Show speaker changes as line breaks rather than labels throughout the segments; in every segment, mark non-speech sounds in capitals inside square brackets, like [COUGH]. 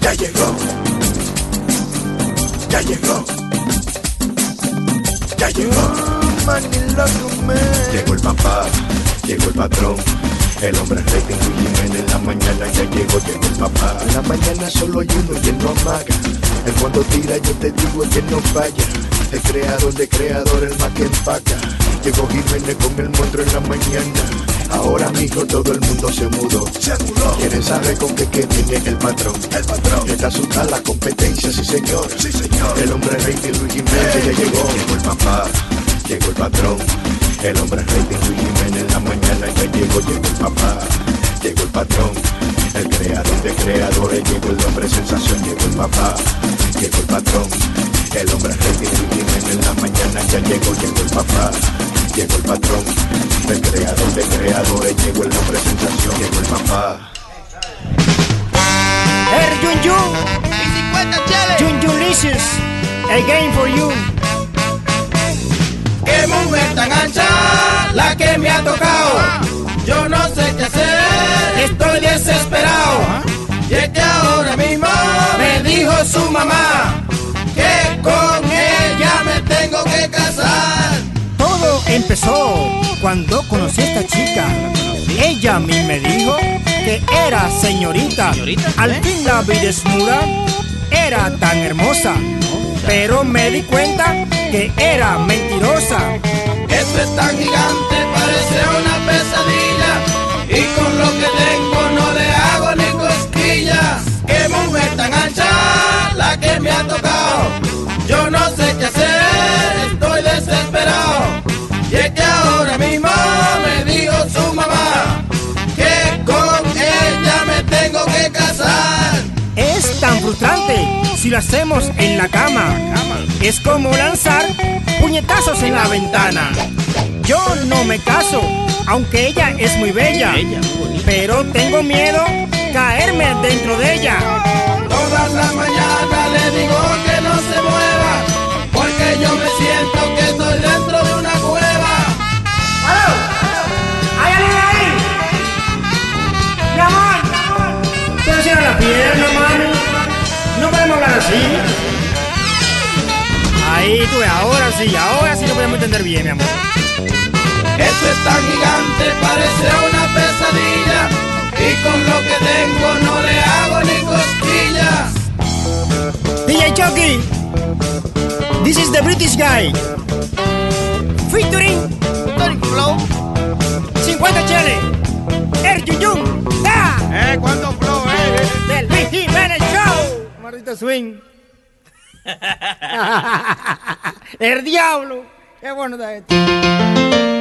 Ya llegó. Ya llegó. Ya llegó. Llegó el papá, llegó el patrón. El hombre rey de Jiménez en la mañana ya llegó, llegó el papá. En la mañana solo hay uno y él no amaga. El cuando tira yo te digo que no falla. El creador de creador, el más que empaca. Llegó Jiménez con el monstruo en la mañana. Ahora amigo todo el mundo se mudó. Se mudó. Quieren saber con qué, qué viene el patrón. El patrón. Está asustada la competencia, sí señor. Sí señor. El hombre rey de Luis Jiménez ya llegó. Llegó el papá, llegó el patrón. El hombre rey de Luis Jiménez en la mañana ya llegó, llegó el papá, llegó el patrón. El creador de creadores llegó el hombre sensación, llegó el papá, llegó el patrón. El hombre rey de Luis Jiménez en la mañana ya llegó, llegó el papá, llegó el patrón. El creador de creadores llegó el hombre sensación, llegó el papá.
Air Jun Jun,
Y 50 chales.
Jun Jun Licious, a game for you.
Qué mujer tan ancha la que me ha tocado. Yo no sé qué hacer, estoy desesperado. Y es que ahora mismo me dijo su mamá que con ella me tengo que casar.
Todo empezó cuando conocí a esta chica. Ella a mí me dijo que era señorita. Al fin la vi desnuda, era tan hermosa. Pero me di cuenta que era mentirosa.
Esto es tan gigante, parece una pesadilla. Y con lo que tengo no le hago ni cosquillas. Qué mujer tan ancha la que me ha tocado. Yo no sé qué hacer, estoy desesperado. Y es que ahora mismo me dijo su mamá que con ella me tengo que casar.
Es tan frustrante si lo hacemos en la cama. Es como lanzar puñetazos en la ventana. Yo no me caso, aunque ella es muy bella. Pero tengo miedo caerme dentro de ella.
Todas las mañanas le digo que no se mueva, porque yo me siento que estoy dentro de una cueva.
¡Hay alguien ahí! ¡Mi amor! ¿Te cierra la pierna, mami? No podemos hablar así. Ahí tú ves, ahora sí, ahora sí lo podemos entender bien, mi amor.
Esto es tan gigante, parece una pesadilla. Y con lo que tengo no le hago
DJ
ni cosquillas.
Chucky, this is the British guy. Featuring
Tonic Flow.
50 Chele, El Yuyun, da,
Eh, ¿cuánto flow, eh?
del Luis Jiménez Show. Maldito swing. [LAUGHS] el diablo. Qué bueno está esto.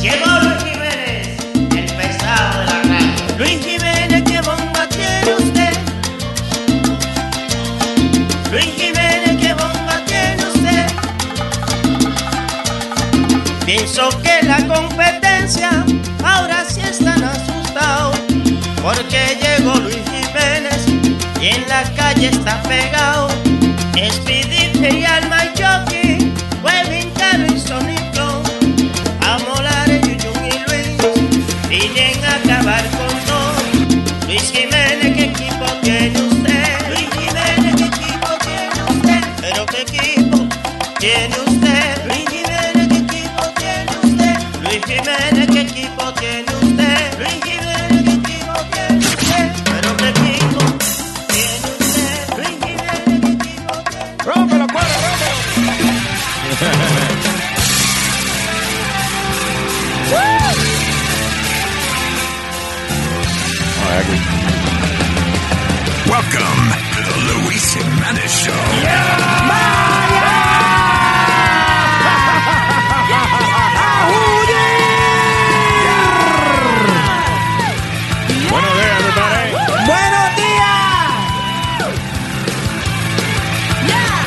Llegó Luis Jiménez, el pesado de la radio. Luis Jiménez, qué bomba tiene usted. Luis Jiménez, qué bomba tiene usted. Pienso que la competencia ahora sí están asustados. Porque llegó Luis Jiménez y en la calle está pegado. Speedy y Alma y Chucky, Webin, Caro y Sonic Flow. Amolare, Yuyun y Luis vienen a acabar con todo. Luis Jiménez, ¿qué equipo tiene usted? Luis Jiménez, ¿qué equipo tiene usted? ¿Pero qué equipo tiene usted? Luis Jiménez, ¿qué equipo tiene usted? Luis Jiménez, ¿qué equipo tiene usted? Luis Jiménez, ¿qué equipo tiene usted? ¿Pero qué equipo tiene usted? Luis Jiménez, ¿qué equipo tiene usted?
Rómpelo, cuadro, rómpelo.
Welcome to the Luis Jiménez Show.
Buenos días, compadre.
¡Buenos días!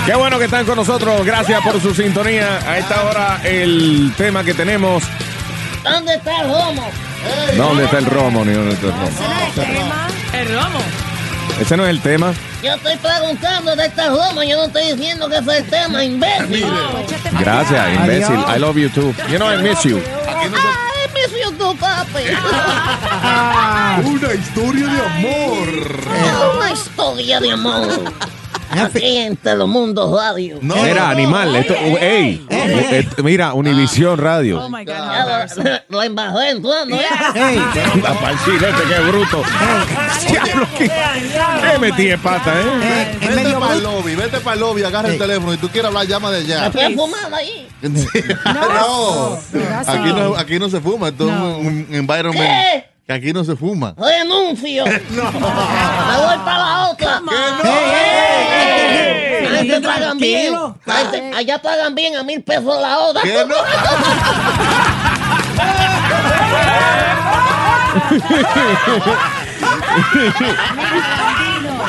Qué bueno que están con nosotros. Gracias por su sintonía. A esta hora, el tema que tenemos.
¿Dónde está el homo?
¿Dónde está el romo? ni dónde está el romo?
El romo.
Ese no es el tema.
Yo estoy preguntando dónde está el homo. Yo no estoy diciendo que ese es el tema, imbécil. Ah,
Gracias, imbécil. I love you too. You know I miss you.
Ay, me you tu papi.
Ah.
Una historia de amor.
Una historia de amor. Aquí en Telemundo Radio.
No,
Mira,
no, no.
animal. Esto, uh, ey, eh, eh, mira, Univisión Radio.
Oh my God.
Ya
how
la,
embarrassing.
la embajé entrando, ¿eh?
Ey,
[LAUGHS] La palchila este, qué bruto. Diablo, qué, qué metí de pata, ¿eh?
eh, es
Vete
medio
para el
bruto.
lobby, vete para el lobby, agarra el teléfono. Si tú quieres hablar, llama de allá.
Aquí
[LAUGHS]
hay fumada ahí.
No,
That's
aquí
all.
no, aquí no se fuma. Esto es un, un environment
¿Qué?
que aquí no se fuma.
Renuncio. no. Me voy para la otra.
¿Qué no?
Ahí te pagan bien.
tranquilo.
Ahí te- allá pagan bien a mil pesos la hora.
¿Qué no?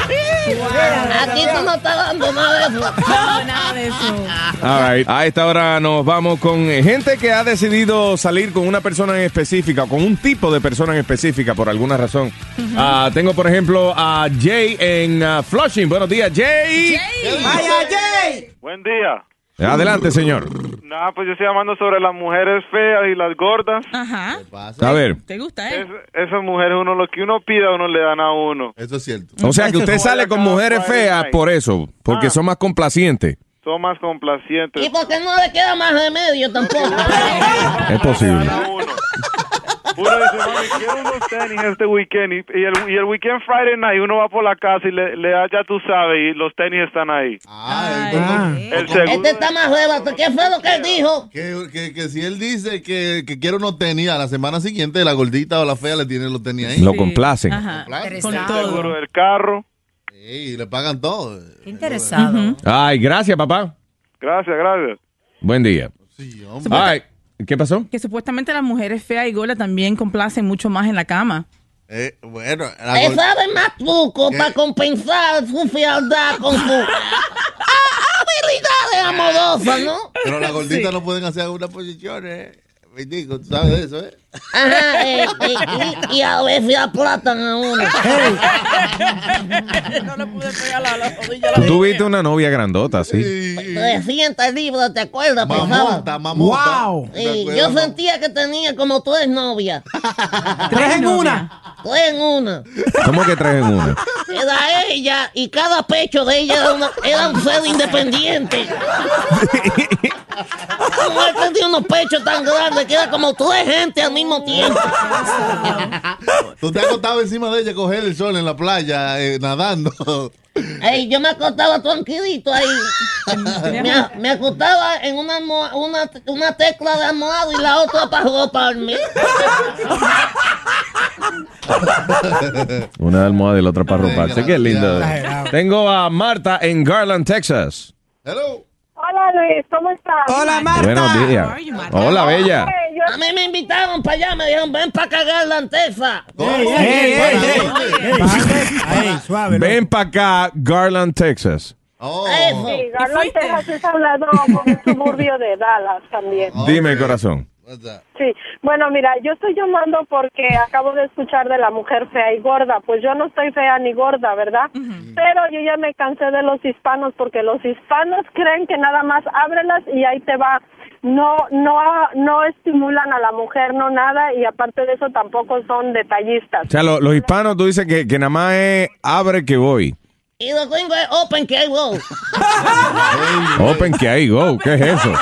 Aquí tú no estás dando nada de eso.
No, nada de eso.
All right. A esta hora nos vamos con eh, gente que ha decidido salir con una persona en específica, o con un tipo de persona en específica por alguna razón. Ah, tengo, por ejemplo, a Jay en ah, Flushing. Buenos días, Jay.
Vaya, Jay.
Buen día.
Adelante, señor.
Nada, pues yo estoy llamando sobre las mujeres feas y las gordas.
Ajá.
A ver.
¿Te gusta,
Es-
eh?
esas mujeres, uno lo que uno pida, uno le dan a uno.
Eso es cierto.
O sea que usted sale con mujeres feas por eso, porque
Ah.
son más complacientes.
Son más complacientes.
Y porque no le queda más remedio tampoco.
Es posible.
A uno. Uno dice, mami, quiero unos tenis este weekend. Y, y el, y el weekend Friday night, uno va por la casa y le, le da, ya tú sabes, y los tenis están ahí.
Ay,
Ah.
El segundo,
Este está más rebato. ¿Qué fue lo que él dijo?
Que, que, que si él dice que, que quiere unos tenis, a la semana siguiente la gordita o la fea le tiene los tenis ahí.
Lo
Sí.
complacen.
Ajá.
Claro.
Con
seguro
todo.
del carro.
Sí, y le pagan todo.
Interesado.
Ay, gracias, papá.
Gracias, gracias.
Buen día.
Sí, hombre.
Ay, ¿qué pasó?
Que supuestamente las mujeres feas y gordas también complacen mucho más en la cama.
Eh, bueno, la
Él
gor-
sabe más truco para
[LAUGHS]
compensar su fealdad con su habilidades amorosas, ¿no?
pero las gorditas no pueden hacer una posición, eh. Me digo, tú sabes de eso, eh.
Ajá, eh, y, y- y a veces aplatan a uno.
No le pude pegar la, rodilla.
Tú tuviste una novia grandota, sí.
Y- y-
300 libras, ¿te acuerdas? Pesaba.
Mamota, mamota.
Wow.
¿Te
Sí,
acuerdas,
yo
mamá?
sentía que tenía como tres novias,
[LAUGHS] Tres en una.
tres en una.
¿Cómo que tres en una?
Era ella y cada pecho de ella era, una- era un ser independiente. La mujer tenía unos pechos tan grandes que era como tres gente al mismo tiempo.
Tú te has acostado encima de ella a coger el sol en la playa, eh, nadando.
Ey, yo me acostaba tranquilito ahí. Me, a- me acostaba en una, almoha- una, una tecla de almohada y la otra para roparme.
Una almohada y la otra para roparse. Qué lindo.
Exagerado.
Tengo a Marta en Garland, Texas.
Hello.
Hola Luis, ¿cómo estás?
Hola, Marta.
Buenos días.
How are you, Marta?
Hola, bella.
Eh, yo-
A mí me invitaron para allá, me dijeron, ven para cagar la antesa.
Ey, ey, ey, ey. Ey, Ey, suave. loco.
Ven para acá, Garland, Texas.
Oh.
Eso.
Eh, sí, Garland, Texas es al lado como un suburbio de Dallas también.
Dime, corazón.
What's that?
Sí, bueno, mira, yo estoy llamando porque acabo de escuchar de la mujer fea y gorda. Pues yo no estoy fea ni gorda, ¿verdad? Pero yo ya me cansé de los hispanos porque los hispanos creen que nada más ábrelas y ahí te va. No, no, no estimulan a la mujer, no nada, y aparte de eso tampoco son detallistas.
O sea, lo- los hispanos, tú dices que, que nada más es abre que voy.
Y lo tengo es Open Cable.
Open que ahí, go. ¿Qué es eso?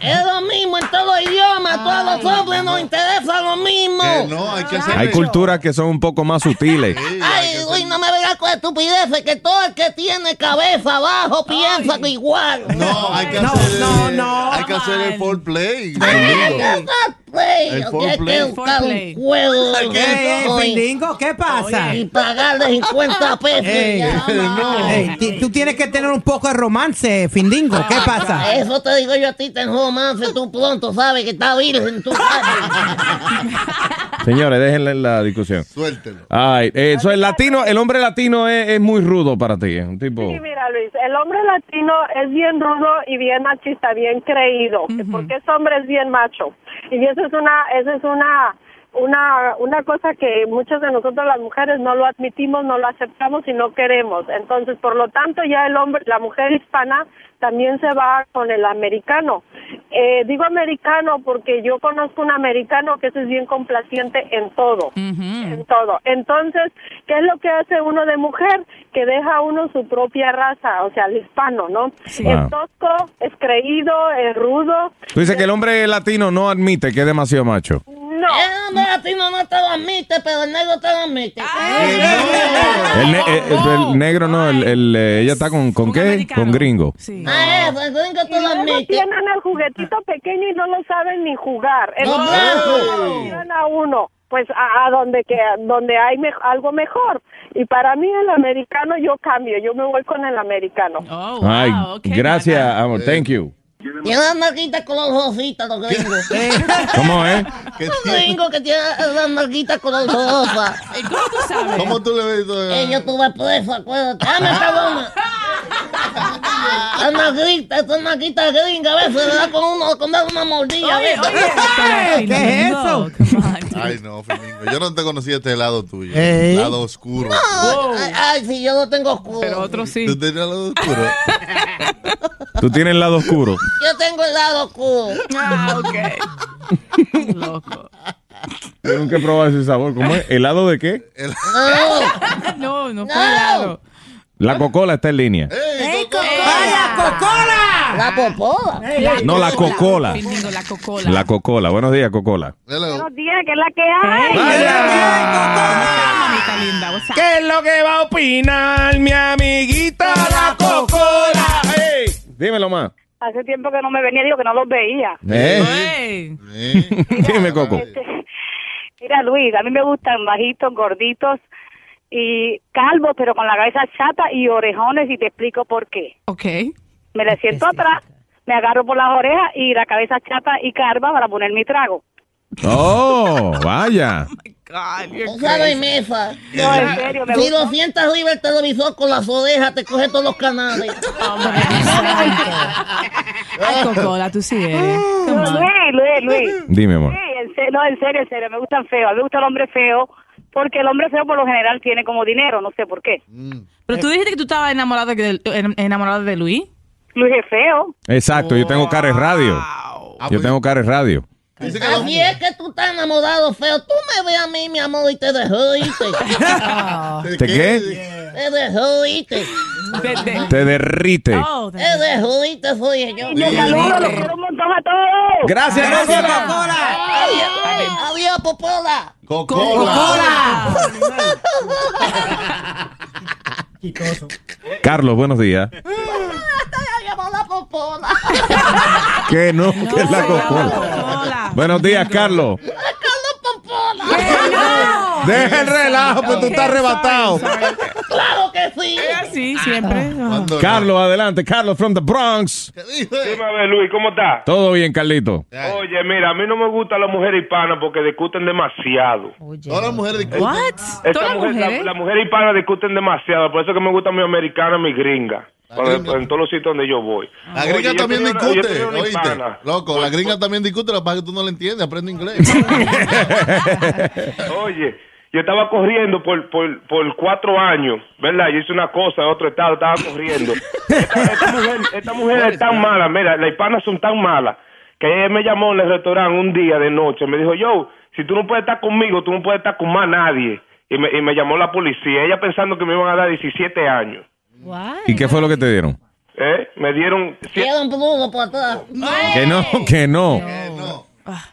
Es lo mismo en todos los idiomas, todos los hombres nos interesa lo mismo.
Que no, hay que hacer
Hay culturas que son un poco más sutiles.
Ay, uy, no me vengas con estupideces, que todo el que tiene cabeza abajo piensa que igual.
No, hay que
No,
hacer.
no, no.
Hay que hacer el foreplay.
Ay, pues,
El
foreplay, que hay que
foreplay.
buscar
Foreplay.
un juego de
Ey, ey,
hoy
Findingo, ¿qué pasa?
y pagarle 50
[LAUGHS]
pesos.
Ey,
ya.
Ey, ti- tú tienes que tener un poco de romance, Findingo. ¿Qué pasa?
Eso te digo yo a ti, ten romance, tú pronto sabes que está virgen, tú sabes.
Señores, déjenle la discusión.
Suéltelo.
Ay, eh, so el latino, el hombre latino es, es muy rudo para ti. Es un tipo.
Sí, mira Luis, el hombre latino es bien rudo y bien machista, bien creído, porque ese hombre es bien macho. Y eso es una, eso es una, una, una cosa que muchas de nosotros las mujeres no lo admitimos, no lo aceptamos y no queremos. Entonces, por lo tanto, ya el hombre, la mujer hispana también se va con el americano. Eh, digo americano porque yo conozco un americano que ese es bien complaciente en todo, en todo. Entonces, ¿qué es lo que hace uno de mujer? Que deja uno su propia raza, o sea, el hispano, ¿no?
Wow.
Es tosco, es creído, es rudo.
Tú dices que el hombre latino no admite que es demasiado macho.
El
No.
Eh, hombre latino no te lo admite, pero el negro te lo admite.
El,
Oh,
ne- eh, el negro no, el, el, eh, ella está con, ¿con qué? Con gringo.
Ah, eso, el gringo te lo
Luego
admite.
tienen el juguetito pequeño y no lo saben ni jugar. En
¡No!
los brazos tiran a uno, pues a, a donde que donde hay me- algo mejor. Y para mí el americano yo cambio, yo me voy con el americano.
Ay, gracias, amor. Thank you.
Tiene las narguitas color rosita, los gringos.
¿Cómo [LAUGHS] es?
Los gringos que tienen las narguitas color rosa.
¿Cómo tú sabes?
¿Cómo tú le ves? todo?
Eh, yo estuve preso, acuérdate. ¡Dame esta bomba! Esa narguita, esa narguita gringa, a veces le da con uno, con dar una mordida. a veces.
¿Qué
es eso?
Ay, no, Flamingo. Yo no te conocía este lado tuyo.
Ey.
Lado oscuro.
No, ay, ay, si yo lo tengo oscuro.
Pero otro sí.
¿Tú tenías este lado oscuro?
Tú tienes el lado oscuro.
Yo tengo el lado oscuro.
Ah,
[LAUGHS]
ok. Loco.
Tengo que probar ese sabor. ¿Cómo es? ¿Helado de qué?
No,
No, no fue
No.
helado.
La Coca-Cola está en línea.
¡Ey,
¡Vaya Coca-Cola!
la popola.
No, la Coca-Cola.
Flamingo, La Coca-Cola.
La Coca-Cola. Buenos días, Coca-Cola.
Hello.
Buenos días, que es la que hay.
Mamita linda, what's up?
¿Qué es lo que va a opinar mi amiguita la Coca-Cola? Ey, Dímelo más.
Hace tiempo que no me venía, digo que no los veía.
Hey.
Eh.
[LAUGHS] Dime, Coco.
Mira, Luis, a mí me gustan bajitos, gorditos y calvos, pero con la cabeza chata y orejones y te explico por qué.
Ok.
Me le siento atrás, me agarro por las orejas y la cabeza chata y carva para poner mi trago.
Oh, vaya.
God, you're
Esa no hay mesa.
No, en serio, me
Si
gusta.
lo sientas arriba el televisor con las orejas, te coge todos los canales.
Oh my God. Ay, Cocola, tú sí eres. Come on.
Luis, Luis, Luis.
Dime, amor.
Sí, en serio, no, en serio, en serio, me gustan feos. A mí me gusta el hombre feo porque el hombre feo por lo general tiene como dinero, no sé por qué.
Pero tú dijiste que tú estabas enamorada de, en- enamorada de Luis.
Luis es feo.
[LAUGHS] Exacto, yo tengo cara de radio.
Ah,
Yo
pues,
tengo cara de radio.
Dice que los-
Así es que tú estás enamorado, feo. Tú me ves a mí, mi amor, y te dejó irte.
[LAUGHS]
¿Te qué?
Te dejó irte.
De- de-
Te derrite.
Oh, de-
Te dejó irte, soy yo.
Los saludos, los quiero un montón a todos.
Gracias, Coca-Cola.
Ay, ay, Adiós, popola.
Coca-Cola.
Carlos, buenos
[LAUGHS]
días.
Ay, llamada popola.
Que no, que es la
Coca-Cola.
Coca-Cola. Buenos días, Carlos.
Carlos Popola.
Deja el relajo, pues tú estás arrebatado.
Claro que sí.
Sí, siempre. Oh.
¿Cuándo?
Carlos, adelante. Carlos from the Bronx.
¿Qué dice?
Dime a ver, Luis, ¿cómo está?
Todo bien, Carlito.
Ay.
Oye, mira, a mí no me gusta la mujer hispana porque discuten demasiado.
Todas las mujeres discuten.
What?
Esta
Todas las
mujer, la,
mujeres.
la mujer hispana discuten demasiado, por eso que me gusta mi americana, mi gringa. Cuando- en todos los sitios donde yo voy.
La gringa
Oye, yo
también
tenía una- yo
discute,
tenía una
oíste.
hispana.
Loco, la gringa también discute, lo que pasa es que tú no la entiendes, aprende inglés.
[LAUGHS] Oye, yo estaba corriendo por, por, por cuatro años, ¿verdad? Yo hice una cosa, otro estado, estaba corriendo. Esta, esta mujer, esta mujer es tan mala, mira, las hispanas son tan malas, que ella me llamó en el restaurante un día de noche, me dijo, yo, si tú no puedes estar conmigo, tú no puedes estar con más nadie. Y me, y me llamó la policía, ella pensando que me iban a dar 17 años.
¿Y qué fue lo que te dieron?
¿Eh? Me dieron... siete-
Quedan brudos por atrás.
Que no, que no.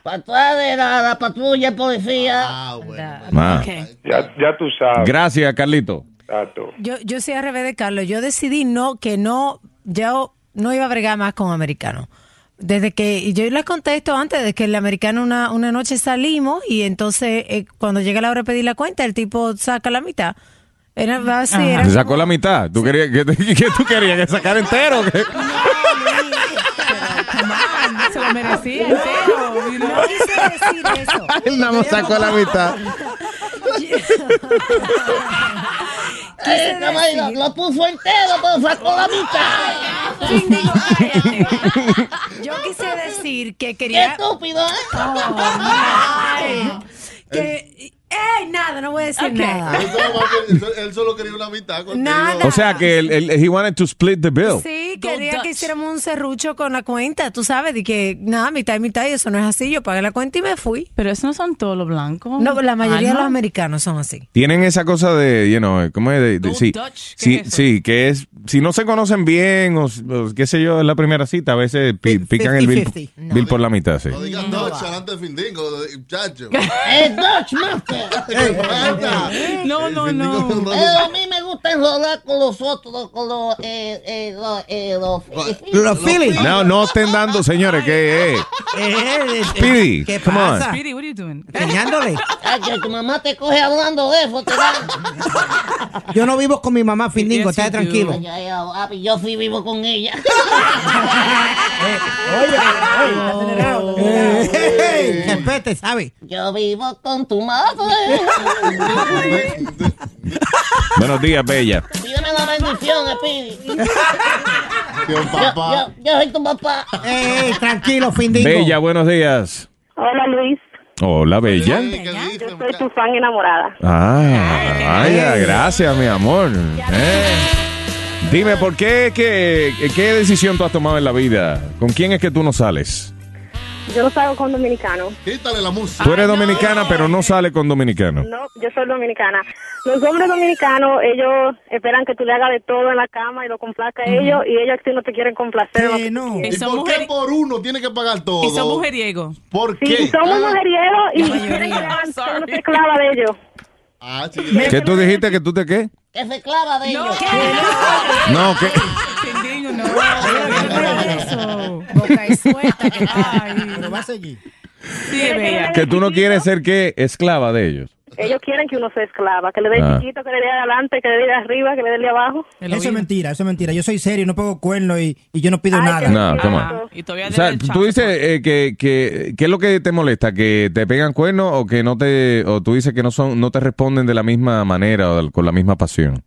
Para atrás de la, la patrulla de policía.
Ah, bueno.
Ma.
Ya, ya tú sabes.
Gracias, Carlito.
Exacto.
Yo, yo soy al revés de Carlos. Yo decidí no, que no, yo no iba a bregar más con americanos. Desde que y yo les contesto antes, de que el americano una, una noche salimos y entonces eh, cuando llega la hora de pedir la cuenta, el tipo saca la mitad. Era así, era
Te sacó la mitad. ¿Tú querías que, [LAUGHS] que tú querías que sacara entero?
Come on, Se lo merecía entero. you know.
No quise decir eso.
[LAUGHS] Él nada más sacó la mitad.
Eh, caray, lo, lo puso entero, pero sacó la mitad.
Digo,
[LAUGHS]
cállate. Yo quise decir que
Qué
quería.
estúpido,
[LAUGHS]
¿eh?
Ay, que, ¡Ey! Nada, no voy a decir nada.
Él solo, va a- él solo- él solo quería una mitad. contigo.
Nada.
O sea que él, él- he wanted to split the bill.
Sí, quería quería que hiciéramos un serrucho con la cuenta, tú sabes, de que nada, mitad y mitad, y eso no es así. Yo pagué la cuenta y me fui.
Pero eso no son todos los blancos.
No, la mayoría
Ah,
de
¿no?
los americanos son así.
Tienen esa cosa de, you know, ¿cómo es? De, de- sí, sí, sí, que es, si no se conocen bien o, o qué sé yo, es la primera cita, a veces pi- pican el bill,
50-50.
bill por la mitad, sí.
Digan Dutch delante de Findingo, de-
[LAUGHS]
chacho.
Eh,
El Dutch Master.
[LAUGHS]
No, no,
Eh, a mí me gusta enrolar con los otros, con los. Eh, eh, los, eh, los-
Los Phillies. No, no estén dando, señores, que
[LAUGHS]
eh.
[LAUGHS]
Speedy,
¿qué
come on.
pasa?
Speedy, what are you doing?
Enseñándole.
Ay, que tu mamá te coge hablando de eso, te
[LAUGHS]
da-
Yo no vivo con mi mamá, Findingo, está tranquilo.
Ay, ay, ay, papi, yo fui vivo
[LAUGHS]
con ella.
Eh, eh, eh, Respete, ¿sabes?
Yo vivo con tu madre.
[LAUGHS]
Buenos días, bella.
Pídeme
[LAUGHS]
la bendición, Speedy. Yo,
papá.
yo- yo soy tu papá.
Eh, eh, tranquilo, Findingo.
Bella, buenos días.
Hola Luis,
Hola, bella.
yo soy tu fan enamorada.
Ah, vaya, gracias, mi amor. Eh. Dime, ¿por qué, qué, qué decisión tú has tomado en la vida? ¿Con quién es que tú no sales?
Yo no salgo con dominicanos.
Quítale la música.
Tú eres dominicana, pero no sales con dominicano.
No, yo soy dominicana. Los hombres dominicanos, ellos esperan que tú le hagas de todo en la cama y lo complazca a ellos y ellos sí no te quieren complacer.
Eh,
Sí,
no.
¿Y por qué por uno tiene que pagar todo?
Y son
mujeriegos.
¿Por
Sí,
qué? Ah.
somos mujeriegos y
La
quieren que le hagan todo,
Sorry.
no te clava de ellos.
Ah,
¿Qué
[LAUGHS]
tú dijiste que tú te qué?
Que se clava de ellos.
No,
[LAUGHS]
que
Findingo, no.
Pero va a seguir.
Sí, es bella.
[LAUGHS] que tú no quieres ser que esclava de ellos.
Ellos quieren que uno sea esclava, que le dé
Ah.
chiquito, que le dé de adelante, que le dé de arriba, que le dé de abajo.
Eso es mentira, eso es mentira. Yo soy serio, no pongo cuerno y, y yo no pido nada. Ah.
No, come on. O sea, tú dices eh, que, que qué es lo que te molesta, que te pegan cuernos o que no te o tú dices que no son no te responden de la misma manera o con la misma pasión.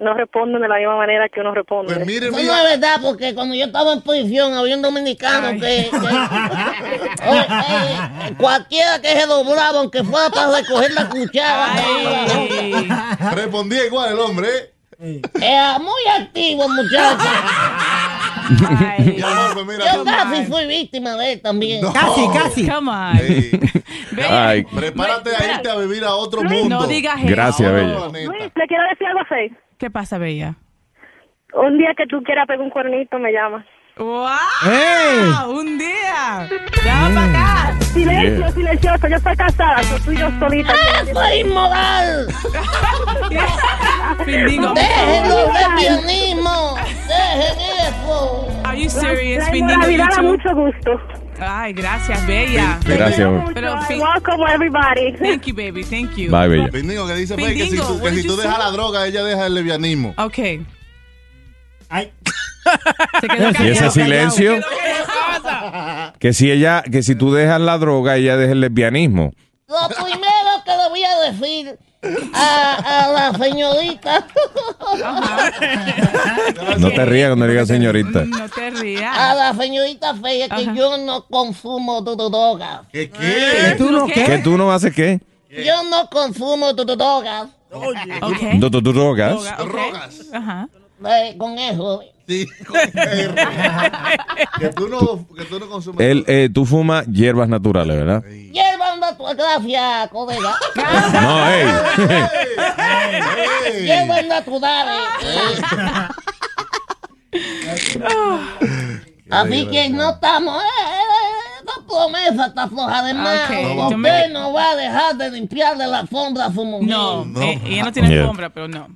No responden de la misma manera que uno responde.
Pues
Eso no es verdad, porque cuando yo estaba en prisión había un dominicano que, que-
[LAUGHS]
Oye, eh, cualquiera que se doblaba, aunque fuera para recoger la cuchara,
Respondía igual el hombre, ¿eh?
era muy activo el
[LAUGHS]
muchacho.
Mi amor, pues mira.
yo casi fui víctima de él también.
No. Casi, casi.
Come
[LAUGHS]
on.
Ay,
Prepárate a irte a vivir a otro
Luis,
mundo.
no digas
Gracias,
eso.
bella.
Luis, le quiero decir algo así.
¿Qué pasa, Bella?
Un día que tú quieras pegar un cuernito, me llamas.
¡Wow!
¡Ey!
Ah, ¡Un día! ¡Ya
Mm.
va para acá!
Silencio, silencioso. Yo estoy casada. Yo soy yo solita.
¡Ah, soy inmoral!
Findingo.
¡Déjenlo de pianismo! ¡Dejen eso!
Are you serious?
La
Findingo,
inmoralidad
you
da
too?
mucho gusto.
Ay, gracias, Bella.
Gracias. amor.
Pero fin-
Welcome everybody.
Thank you, baby. Thank you.
Bye, bella.
Pindingo que dice Fey, que si
Pindingo,
tú,
what
que si
did you
tú dejas
say?
la droga, ella deja el lesbianismo.
Ok.
Ay.
Se quedó
¿Y ese
callado.
silencio?
Se quedó callado.
Que si ella que si tú dejas la droga, ella deja el lesbianismo.
Lo primero que le voy a decir a, a la señorita.
No te rías cuando digas señorita.
No te rías.
A la señorita Fey es que yo no consumo dro- drogas.
¿Qué?
¿Que tú no
qué?
¿Que tú no haces qué?
Yo no consumo dro- drogas.
¿Tú tú- tú drogas?
Drogas. Ajá.
Eh, con eso.
[LAUGHS]
Que tú no, que tú no consumes.
Él, eh, tú fumas hierbas naturales, ¿verdad?
Hiervan la tu Ah, gracias, colega.
No, hey.
Hiervan naturales. Así que no estamos. eh, eh, La promesa está floja de mano.
Ok, yo
Usted
me-
no va a dejar de limpiarle la sombra a su mujer.
No, eh, ella no tiene
Yeah.
sombra, pero no.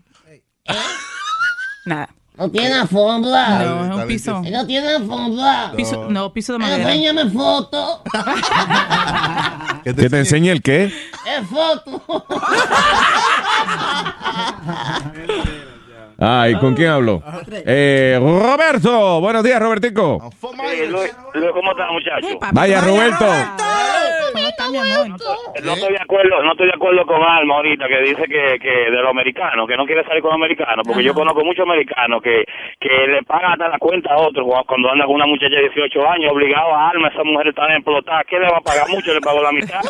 Nada.
No tiene alfombra.
No, es un piso.
No tiene alfombra.
piso no, piso de madera.
Enséñame foto.
[LAUGHS] [LAUGHS] ¿Que te enseñe el qué?
Es foto.
Ay, ¿con quién hablo? Eh, Roberto. Buenos días, Robertico.
Eh, Luis, Luis, ¿cómo estás, muchacho?
Vaya, Roberto.
¿Cómo está, mi amor?
No estoy de acuerdo, no estoy de acuerdo con Alma ahorita que dice que, que de los americanos, que no quiere salir con los americanos, porque yo conozco muchos americanos que, que le pagan hasta la cuenta a otro cu- cuando anda con una muchacha de 18 años, obligado a Alma, esa mujer está explotada, ¿qué le va a pagar mucho? Le pagó la mitad.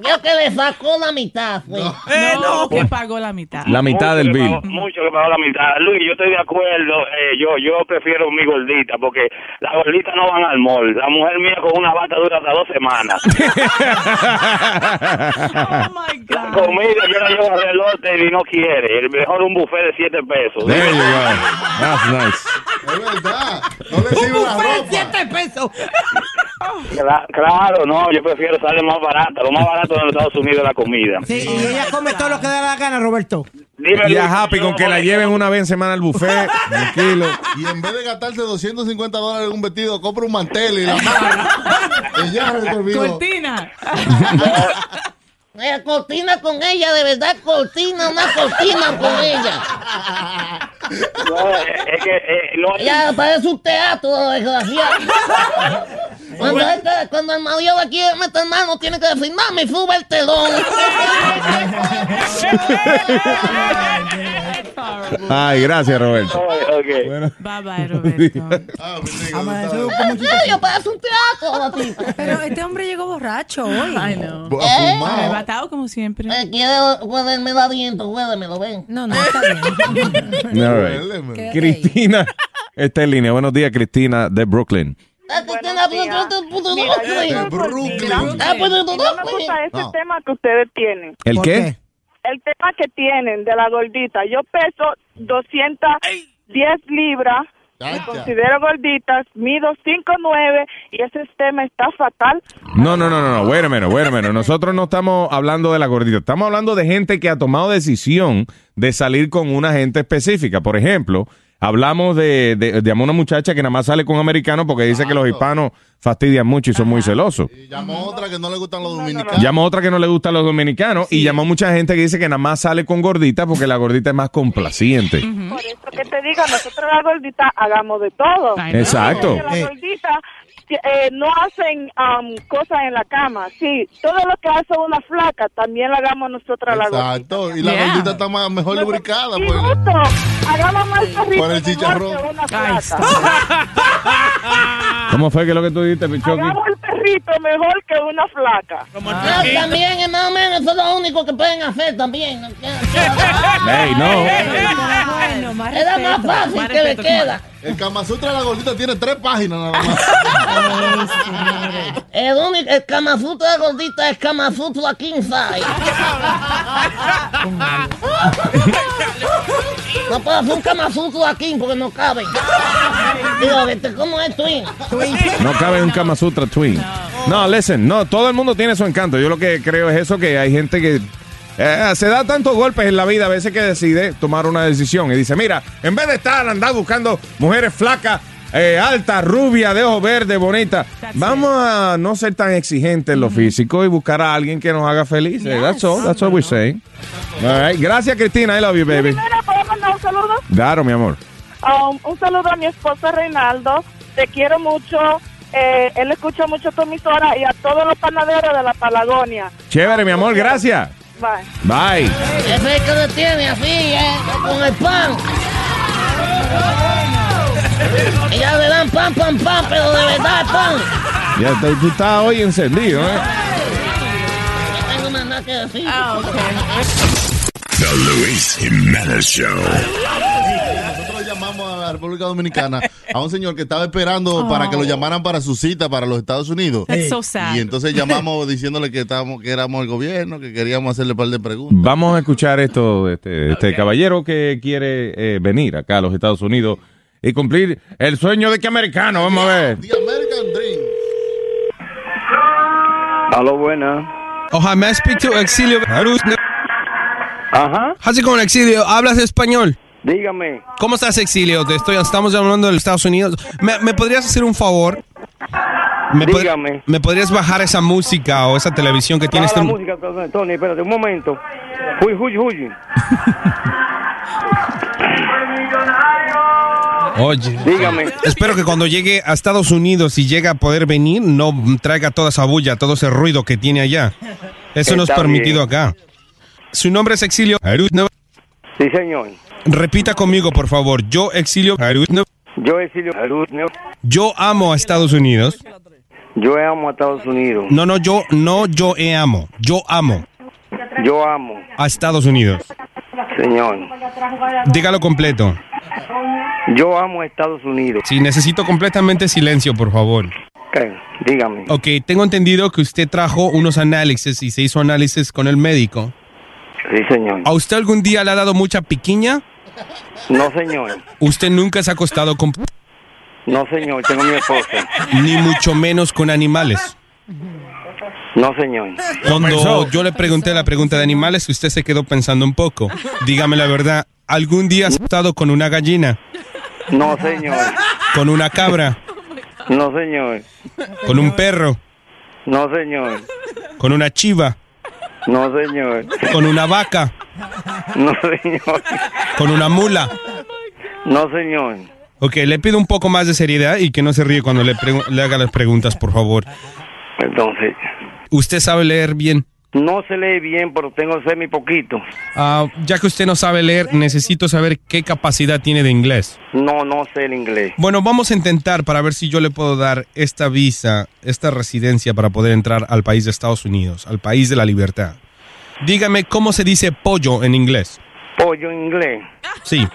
Creo que le sacó la mitad, fue. pues.
Eh, no, que pagó la mitad.
La mitad del
que
bill.
pagó- mucho que pagó la mitad. Luis, yo estoy de acuerdo. eh, yo yo prefiero mi gordita porque las gorditas no van al mall. La mujer mía con una bata dura hasta dos semanas. La comida yo la llevo al relote y no quiere. El mejor un buffet de siete pesos.
There you go. That's nice.
Un buffet de 7 pesos.
Cla- Claro, no, yo prefiero sale más barata. Lo más barato en los Estados Unidos es la comida.
Sí, y ella come todo lo que da la gana, Roberto.
Dime,
Ya
Luis,
happy con que la lleven una vez en semana al buffet. [LAUGHS] Tranquilo.
Y en vez de gastarse 250 dólares en un vestido, compra un mantel y la mano. y ya resolvió.
Cortina.
[LAUGHS] Eh, cortina con ella, de verdad, cortina, una cortina con ella.
No, es es que eh, no hay-
Ella parece un teatro, desgraciado. Cuando, este- cuando el marido le quiere meter mano, tiene que decir, mami, sube el
[LAUGHS]
telón.
Ay, gracias, Roberto.
Bueno.
Bye bye,
[LAUGHS]
En serio, parece un teatro, la tipa.
Pero este hombre llegó borracho hoy. Ay, no.
¿Eh? fumado.
Arrebatado como siempre.
Eh, quiere huédenme el aliento, huédenmelo, ven.
No, no, está
[LAUGHS]
bien.
All right. Cristina está en línea. Buenos días, Cristina de Brooklyn.
Ah, Ah, pues, No me gusta ese
No.
tema que ustedes tienen.
¿El qué?
El tema que tienen de la gordita. Yo peso 210 libras. Me considero gorditas, mido 5'9 y ese tema está fatal.
No, no, no, no, no. Bueno, menos, bueno, menos. Nosotros no estamos hablando de la gordita. Estamos hablando de gente que ha tomado decisión de salir con una gente específica. Por ejemplo, hablamos de, de, de una muchacha que nada más sale con americanos porque dice que los hispanos fastidian mucho y son muy celosos.
Y llamó otra que no le gustan los dominicanos.
Llamó otra que no le gusta a los dominicanos y llamó mucha gente que dice que nada más sale con gordita porque la gordita es más complaciente.
Por eso que te digo, nosotros la gordita hagamos de todo.
Exacto.
Porque La gordita eh, no hacen am, cosas en la cama. Sí, todo lo que hace una flaca también lo hagamos nosotras la gordita.
Exacto. Y la
Yeah.
gordita está más, mejor lubricada.
Y
Pues.
justo, hagamos más perrito
Por el
mejor
chicharrón.
que una
Ahí
flaca.
¿Cómo fue que lo que tú dijiste, Pichoki?
Hagamos el perrito mejor que una flaca.
Ah, también, eh, más o menos, eso es lo único que pueden hacer también.
Ey, no.
Era más fácil que le queda.
El Kama Sutra de la gordita tiene tres páginas nada más.
El único, el Kama Sutra gordita es Kama Sutra King
[LAUGHS]
Size. No puedo hacer un Kama Sutra King porque no
[LAUGHS]
caben. Digo, este, ¿cómo es Twin?
No cabe un Kama Sutra Twin. No. listen, no, todo el mundo tiene su encanto. Yo lo que creo es eso, que hay gente que eh, se da tantos golpes en la vida a veces que decide tomar una decisión y dice, mira, en vez de estar andando buscando mujeres flacas, eh, altas, rubias, de ojos verdes, bonitas, vamos a no ser tan exigentes en lo físico y buscar a alguien que nos haga felices. That's all, that's what we're saying. All right. Gracias, Cristina. I love you, baby.
Primero, ¿puedo mandar un saludo?
Claro, mi amor.
Um, un saludo a mi esposo Reinaldo. Te quiero mucho. Eh, él escucha mucho tu emisora y a todos los panaderos de la Palagonia.
Chévere, mi amor. Gracias.
Bye.
Bye.
Ese es que lo tiene así, ¿eh? Con el pan. Ella le dan pan, pan, pan, pero de verdad es pan.
Ya tú- tú estás hoy encendido, ¿eh?
No tengo más nada que decir.
Ah,
The Luis Jimenez Show.
Nosotros llamamos a la República Dominicana a un señor que estaba esperando para que lo llamaran para su cita para los Estados Unidos.
That's so sad.
Y entonces llamamos diciéndole que estábamos, que éramos el gobierno, que queríamos hacerle un par de preguntas.
Vamos a escuchar esto de este, de este caballero que quiere eh, venir acá a los Estados Unidos y cumplir el sueño de que americano. Vamos a ver.
Aló, buena.
Ojalá me speak to Exilio.
Ajá.
Así como Exilio, hablas español.
Dígame.
¿Cómo estás, Exilio? Te estoy, estamos hablando de los Estados Unidos. ¿Me, me podrías hacer un favor? ¿Me pod-
Dígame. Ah,
¿Me podrías bajar esa música o esa televisión que este
Para
tienes?
la música,
tan-
Tony, Tony, espérate un momento. Huy, huy, huy.
Eh,
Oye.
Dígame.
Espero que cuando llegue a Estados Unidos y llegue a poder venir, no traiga toda esa bulla, todo ese ruido que tiene allá. Eso no es
Está
permitido
bien.
acá. Su nombre es Exilio.
Sí, señor.
Repita conmigo, por favor. Yo, Exilio.
Yo, Exilio.
Yo amo a Estados Unidos.
Yo amo a Estados Unidos.
No, no, yo, no, yo he amo. Yo amo
Yo amo,
a Estados Unidos.
señor.
Dígalo completo.
Yo amo a Estados Unidos.
Sí, necesito completamente silencio, por favor.
Ok, dígame.
Ok, tengo entendido que usted trajo unos análisis y se hizo análisis con el médico.
Sí, señor.
¿A usted algún día le ha dado mucha piquiña?
No, señor.
¿Usted nunca se ha acostado con...
No, señor. Tengo mi esposa.
ni mucho menos con animales?
No, señor.
Cuando yo le pregunté la pregunta de animales, usted se quedó pensando un poco. Dígame la verdad, ¿algún día has estado con una gallina?
No, señor.
¿Con una cabra?
No, señor.
¿Con un perro?
No, señor.
¿Con una chiva?
No, señor.
¿Con una vaca?
No, señor.
¿Con una mula?
No, señor.
Ok, le pido un poco más de seriedad y que no se ríe cuando le, pregu- le haga las preguntas, por favor.
Entonces,
¿Usted sabe leer bien?
no se lee bien, pero tengo semi poquito.
Ah, ya que usted no sabe leer, necesito saber qué capacidad tiene de inglés.
No, no sé el inglés.
Bueno, vamos a intentar para ver si yo le puedo dar esta visa, esta residencia para poder entrar al país de Estados Unidos, al país de la libertad. Dígame cómo se dice pollo en inglés.
Pollo en inglés.
Sí.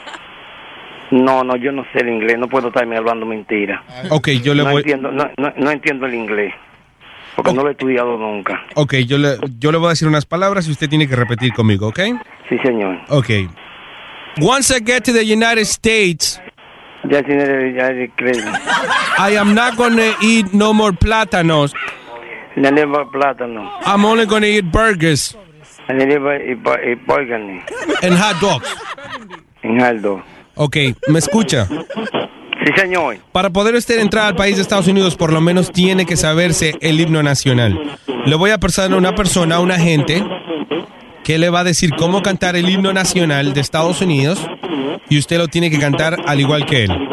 No, no, yo no sé el inglés. No puedo estarme hablando mentira.
Ok, yo le
no
voy.
Entiendo, no, no- no entiendo el inglés. Porque no lo he estudiado nunca.
Ok, yo le, yo le voy a decir unas palabras y usted tiene que repetir conmigo, ¿ok?
Sí, señor.
Ok. Once I get to the United States,
Ya tiene ya le creo.
I am not gonna eat no more plátanos.
Ya le va [LAUGHS] plátano.
I'm only gonna eat burgers
Ya le va y pa- y pólgane.
and hot dogs.
En Aldo.
Ok, ¿me escucha?
Sí, señor.
Para poder usted entrar al país de Estados Unidos, por lo menos tiene que saberse el himno nacional. Le voy a pasar a una persona, a un agente, que le va a decir cómo cantar el himno nacional de Estados Unidos y usted lo tiene que cantar al igual que él.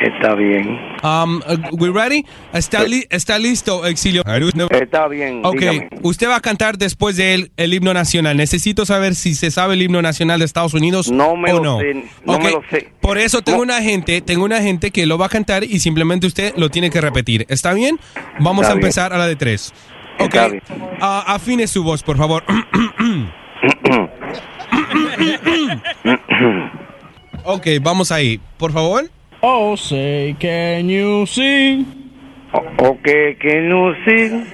Está bien.
Um, uh, we ready? Está, li- está listo, exilio.
Está bien.
Ok,
Mm, dígame.
usted va a cantar después de él el himno nacional. Necesito saber si se sabe el himno nacional de Estados Unidos
No me
o
lo
no.
sé, no me
Ok,
lo sé.
Por eso tengo una gente, tengo una gente que lo va a cantar y simplemente usted lo tiene que repetir. ¿Está bien? Vamos
Está
a
bien.
empezar a la de tres. Ok.
Está bien.
Ah, afine su voz, por favor. ok, vamos ahí, por favor.
Oh, say, can you sing?
Okay, Oh, can you sing?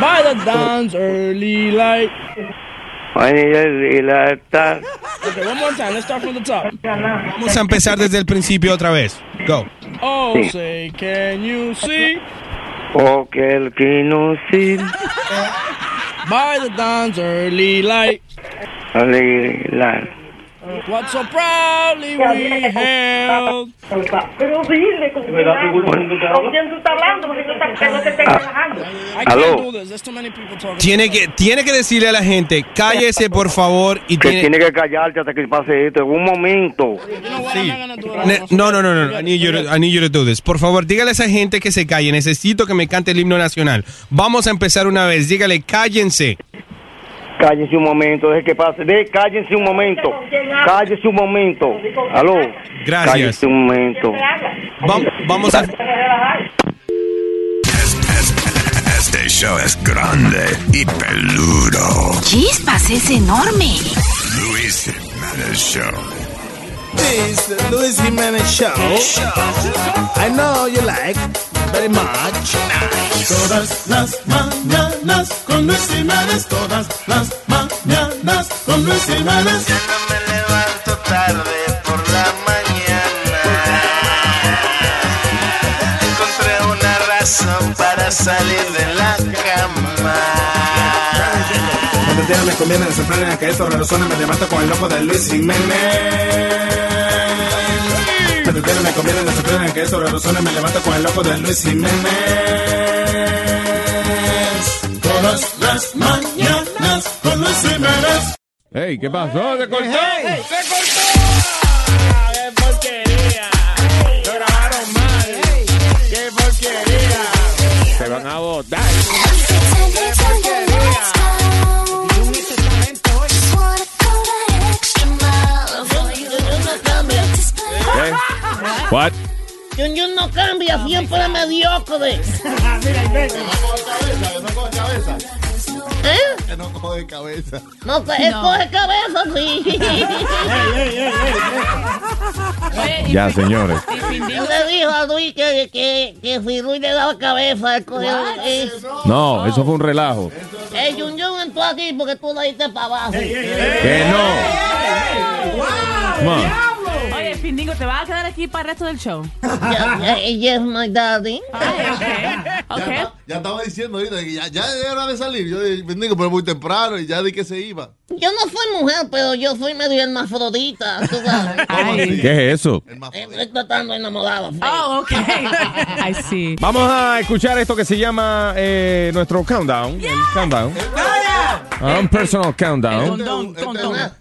By the dawn's early light.
I need a lifetime.
Okay, one more time. Let's start from the top.
Vamos a empezar desde el principio otra vez. Go.
Oh,
Sí.
say, can you sing?
Okay, can you sing?
By the dawn's early light.
Early light.
What so proudly we held.
Pero dile, ¿con quién hablas? ¿Con quién tú estás hablando? Porque tú estás no te estás relajando.
I
Aló.
can't do this. There's too many people talking.
Tiene que, tiene que decirle a la gente, cállese por favor y
Que
tiene-
tiene que callarte hasta que pase esto. En un momento.
Ne- No, no, no, no. no. I need, you to, I need you to do this. Por favor, dígale a esa gente que se calle. Necesito que me cante el himno nacional. Vamos a empezar una vez. Dígale, cállense.
Cállense un momento, deje que pase. De, cállense un momento. Cállense un momento. Aló.
Gracias.
Cállense un momento.
vamos a.
Este show es grande y peludo.
Chispas, es enorme.
Luis Jiménez Show.
This Luis Jimenez show. I know you like very much.
Todas las mañanas con Luis Jiménez, todas las mañanas con Luis Jiménez.
encontré una razón para salir de la cama.
Cuando tierra me conviene, se frenan a que esto resuene, me levanto con el loco de Luis Jiménez. Cuando tierra me conviene, se frenan a que esto resuene, me levanto con el loco de Luis Jiménez. Todas las mañanas con Luis Jiménez.
Hey, ¿qué pasó? ¿Se cortó?
¡Se cortó! ¡Qué porquería! Lo grabaron mal. ¡Qué porquería!
Se van a votar.
¿Eh?
What?
Jun Jun no cambia, siempre es mediocre. ¿Eh?
Que no coge cabeza.
No, que él coge cabeza, sí.
Ya, señores.
Yo le dijo a Luis que, que, que si Luis le daba cabeza, él coge. Eh,
No, eso fue un relajo.
eh, Jun Jun entró aquí porque tú le diste para abajo.
Que no. Come on.
Oye, Findingo, ¿te vas a quedar aquí para el resto del show? Ah.
Yeah, yeah, yes, my daddy.
Ya, ya estaba diciendo ahorita que ya, ya era hora de salir. Yo dije, bendigo, pero muy temprano y ya di que se iba.
Yo no soy mujer, pero yo soy medio hermafrodita, tú sabes.
¿Qué es eso?
Eh, Estoy tratando enamorada.
[LAUGHS]
Ah.
Oh, ok. I see.
Vamos a escuchar esto que se llama eh, nuestro countdown. El countdown. Ah, Un personal countdown.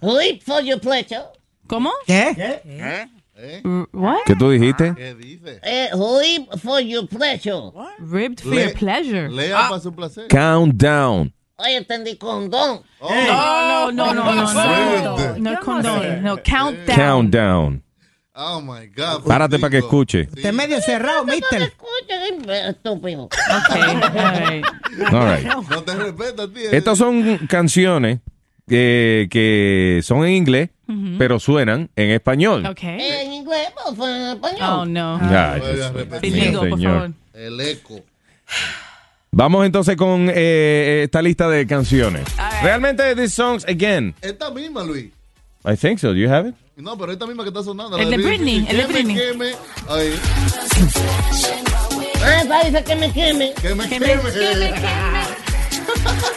Rip for your pleasure.
¿Cómo?
¿Qué?
¿Eh?
¿Qué tú dijiste?
rip Eh, for your pleasure.
Ripped
for your
pleasure.
Lea
Ah.
para su placer.
Countdown.
Oye, entendí condón.
No, no, no, no, no, no.
Suerte.
No es condón. No, countdown.
Countdown.
Oh my God.
Párate para que escuche.
Te medio cerrado, mister.
Escucha, estúpido. [LAUGHS]
All right.
No te respetas, tío.
eh.
Estas son canciones eh, que son en inglés,
Ujú.
pero suenan en español.
Eh, En inglés, por favor, en español.
Oh, no.
Ay, Dios mío, señor.
El eco.
Vamos entonces con eh, esta lista de canciones. Realmente, these songs, again,
Esta misma, Luis.
I think so. Do you have it?
No, pero esta misma que está sonando.
El
la
de Britney,
Que
el de
me
Britney.
queme. Ahí.
Ah, esa dice que me queme.
Que me
queme.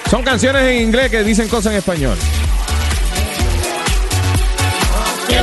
Son canciones en inglés que dicen cosas en español.
Que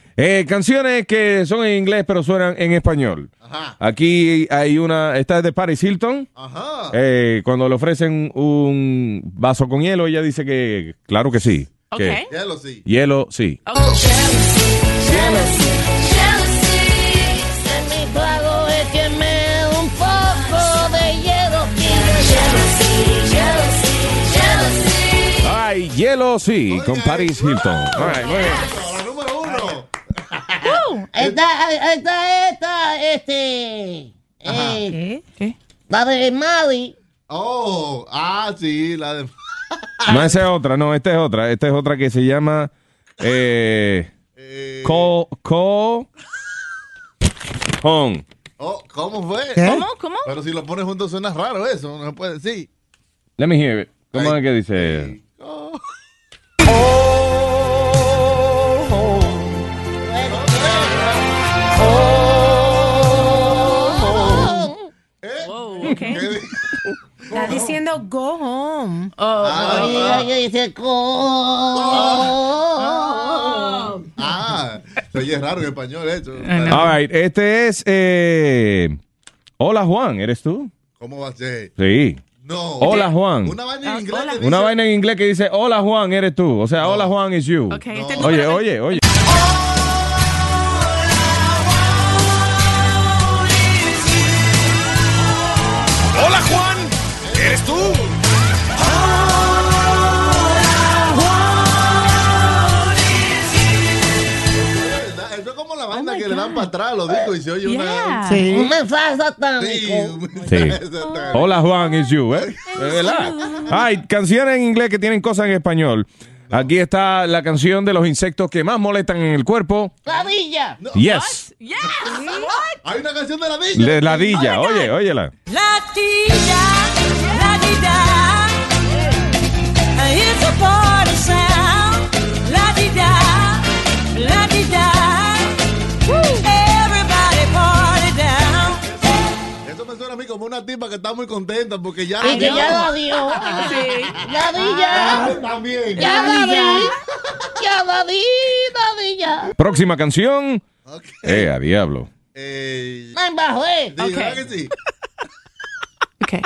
Eh, canciones que son en inglés pero suenan en español.
Ajá.
Aquí hay una, esta es de Paris Hilton. Eh, cuando le ofrecen un vaso con hielo, ella dice que claro que sí. que
Hielo sí.
hielo sí.
Oh,
En mi trago es que me un poco de hielo.
Ay, hielo sí, con Paris Hilton. All right, muy bien.
Esta, esta, esta, este. eh, La de Mali.
Oh, ah, sí, la de.
No, esa es otra, no, esta es otra. Esta es otra que se llama eh, Call, call Home.
Oh, ¿cómo fue?
¿Qué? ¿Cómo?
¿Cómo?
Pero si lo pones juntos suena raro eso, no se puede decir.
Let me hear it. ¿Cómo es que dice?
Está diciendo go home.
Oye, yo dice co.
Ah, se oye raro en español eso.
All right, este es. eh, Hola Juan, ¿eres tú?
¿Cómo va a ser?
Sí.
No.
Hola Juan.
Una vaina en inglés. que dice-
Una vaina en inglés que dice Hola Juan, eres tú. O sea, Hola Juan is you.
Ok, este
Oye,
número-
oye,
[LAUGHS]
oye.
Hola Juan, ¿eres tú?
Eso es como la vaina que le dan para atrás, lo digo, y se oye una.
Sí. Un mensaje satánico.
[LAUGHS]
Sí. Hola Juan is you, ¿eh? Es verdad. Hay canciones en inglés que tienen cosas en español. Aquí está la canción de los insectos que más molestan en el cuerpo.
La villa.
Yes.
Yes.
Hay una canción de la villa.
De ladilla.
Oh,
Oye, óyela.
La tilla, la dida. It's a party sound. La dida, la dida. Everybody party down.
Eso me suena a mí como una tipa que está muy contenta porque ya.
Y que ya la dio. [LAUGHS] La
Ah,
villa.
también.
Ya la vi. Ya la vi, la villa.
Próxima canción. Eh, a diablo.
Me embajé.
Digo, ¿verdad que sí?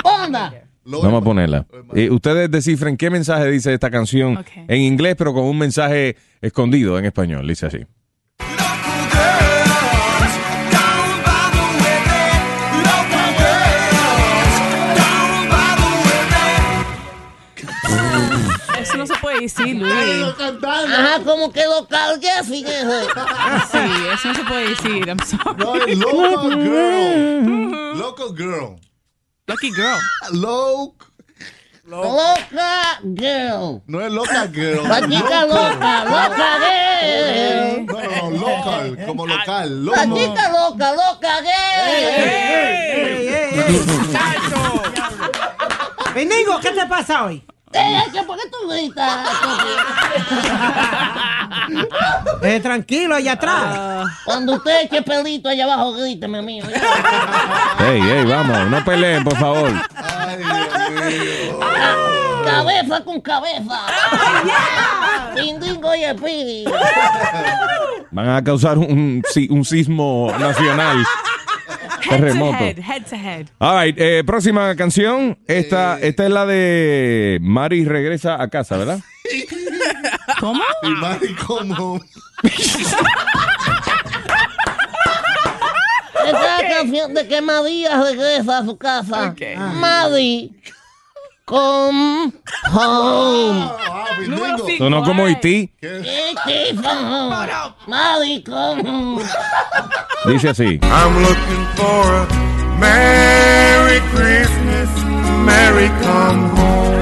Onda.
Vamos a ponerla. Eh, ustedes descifren qué mensaje dice esta canción en inglés, pero con un mensaje escondido en español. Dice así.
Eso no se puede decir, Luis.
Ajá, como que lo cargué así, viejo.
Ah, Sí, eso no se puede decir. I'm sorry.
es local
[LAUGHS]
girl. Local girl.
Lucky girl.
Low.
Loca girl.
No es loca girl.
La chica loca, loca gay.
No, no, local, como local.
La
Loco.
chica loca, loca gay.
Bendigo, ¿qué te pasa hoy?
Eh, que ¿por qué tú gritas?
Eh, tranquilo, allá atrás.
Cuando usted eche pelito allá abajo, gríteme, mío.
Hey, hey, vamos, no peleen, por favor.
Cabeza con cabeza. Pindingo y espiri.
Van a causar un, si- un sismo nacional. Terremoto.
Head to head, head to head.
All right, eh, próxima canción. Esta, esta es la de Mari regresa a casa, ¿verdad?
¿Cómo?
Y Mari, ¿cómo?
Esa es la canción de que María regresa a su casa. Mari. Come home.
Sonó como Haití.
Haití from home. Mari, come home.
Dice así.
I'm looking for a Merry Christmas, Merry come home.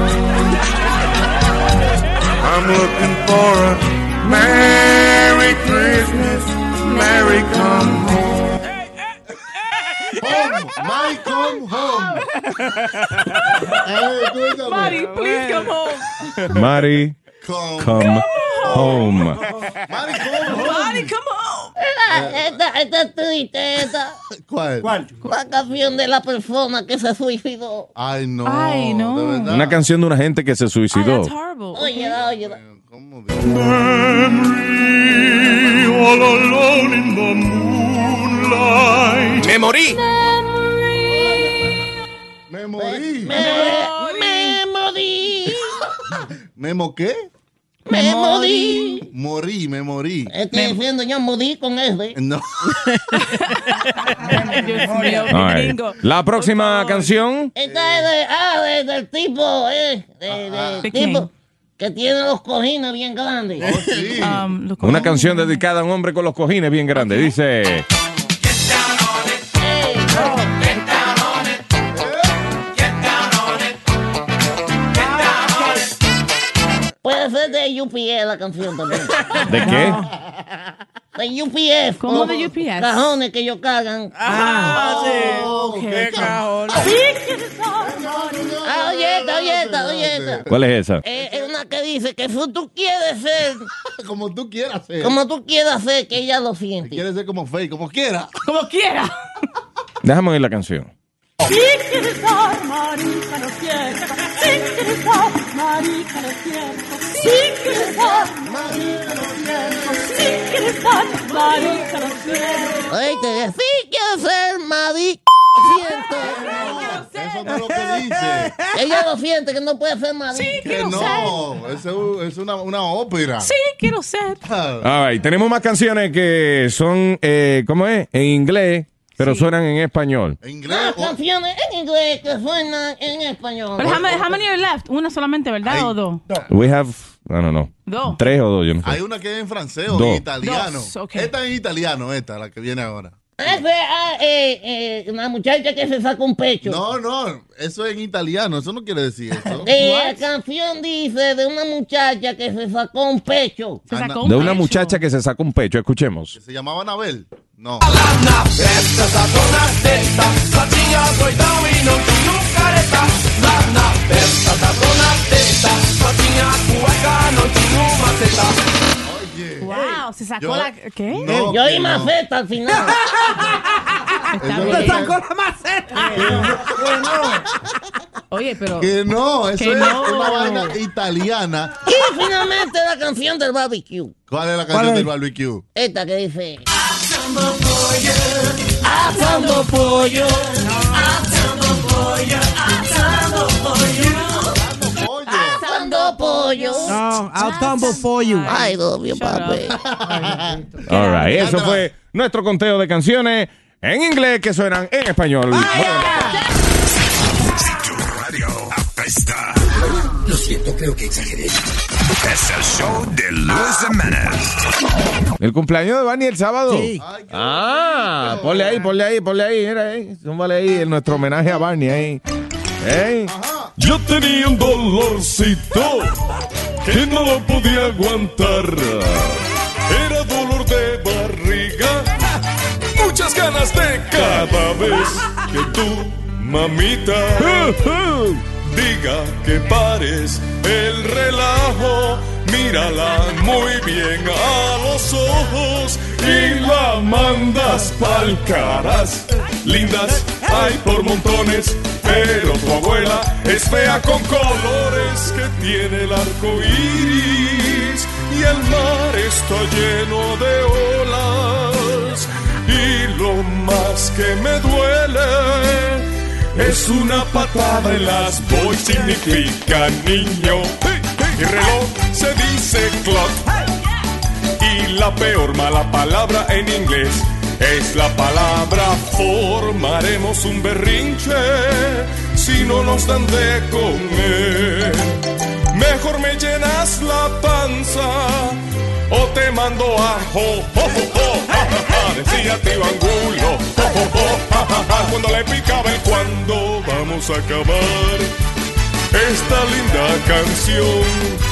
I'm looking for a Merry Christmas, Merry come home.
Home, my come
[LAUGHS]
home. Eh, escúchame.
Mari, please come home.
Mari,
come,
home.
Mari, come home.
Esta, esta es triste, esta.
¿Cuál?
La canción de la persona que se suicidó.
Ay, no.
Ay, no.
de verdad.
Una canción de una gente que se suicidó.
Óyela, óyela.
Memory, all alone in the moonlight.
Me morí.
Me morí.
Me morí.
¿Memo qué?
Me morí.
Morí, me morí.
Estoy diciendo, yo morí con ese.
No.
All right. La próxima canción.
Esta es de, ah, de- del tipo, eh, de, de
¿De quién?
tipo que tiene los cojines bien grandes.
Um, look,
Una canción dedicada a un hombre con los cojines bien grandes. Dice.
Puede ser de UPS la canción también.
¿De qué?
De UPS.
¿Cómo
o
de UPS?
Cajones que ellos cargan. Oh,
Ah, sí.
¿Qué cajón? Ah, oye esta, oye esta, oye esta.
¿Cuál es esa?
Eh, Es una que dice que si tú quieres ser,
[LAUGHS] Como tú quieras ser.
como tú quieras ser, que ella lo siente.
Quieres ser como Faye, como quiera.
Como quiera.
Déjame oír la canción.
Si quieres dar, marica, lo siento. Si quieres dar, marica, lo siento. Si quieres dar, marica, lo siento. Si quieres dar, marica, lo siento.
Oíste, sí quiero ser marica.
Eso no es lo que dice.
Ella lo siente que no puede ser marica.
Que Eh, no, es, es una, una ópera.
Sí, quiero ser.
All right, Tenemos más canciones que son, eh, ¿cómo es? En inglés, pero suenan en español.
Las canciones en inglés que suenan en español.
Pero how many, how many are left? Una solamente, ¿verdad? ¿O dos?
We have, I don't know.
Dos.
Tres o dos, yo no sé.
Hay una que es en francés o
Dos.
en italiano.
Dos, ok.
Esta es en italiano, esta, la que viene ahora.
Ah, fue, ah, eh, eh, una muchacha que se saca un pecho.
No, no, eso es en italiano, eso no quiere decir eso.
[LAUGHS] Eh, la canción dice de una muchacha que se sacó un pecho.
Se sacó
De una muchacha que se saca un pecho. Escuchemos.
¿Se llamaba Anabel? No.
Wow, se sacó la. ¿Qué?
Eh, yo oí maceta
[LAUGHS]
al final.
Está
Eso
bien.
es-
Sacó la
[LAUGHS]
maceta.
Oye, pero.
Que no, eso
Que
es
no.
una vaina italiana.
y finalmente la canción del barbecue.
¿Cuál es la canción del barbecue?
Esta que dice.
Asando pollo, asando pollo.
pollo, asando pollo.
Asando pollo.
No, I'll tumble for you.
I love you, papi.
[LAUGHS]
All right, eso fue nuestro conteo de canciones en inglés que suenan en español.
Radio apesta.
Lo siento, creo que exageré.
Es el show de Luis Jiménez.
El cumpleaños de Bani el sábado.
Sí.
Ah, ponle ahí, ponle ahí, ponle ahí, mira ahí. Súmale ahí el- nuestro homenaje a Barney ahí. Ey.
¿Eh? Yo tenía un dolorcito que no lo podía aguantar. Era dolor de barriga, muchas ganas de cada vez que tú, mamita, diga que pares el relajo. Mírala muy bien a los ojos y la mandas pa'l caras. Lindas hay por montones, pero tu abuela es fea con colores que tiene el arco iris y el mar está lleno de olas. Y lo más que me duele es una patada en las boys, significa niño. Y reloj se dice clock. Y la peor mala palabra en inglés es la palabra formaremos un berrinche si no nos dan de comer. Mejor me llenas la panza o te mando a jo, jo, jo, jo, ja, ja, ja, decía tío Angulo. jo, jo, jo, ja, ja, ja, cuando le picaba el cuando vamos a acabar esta linda canción.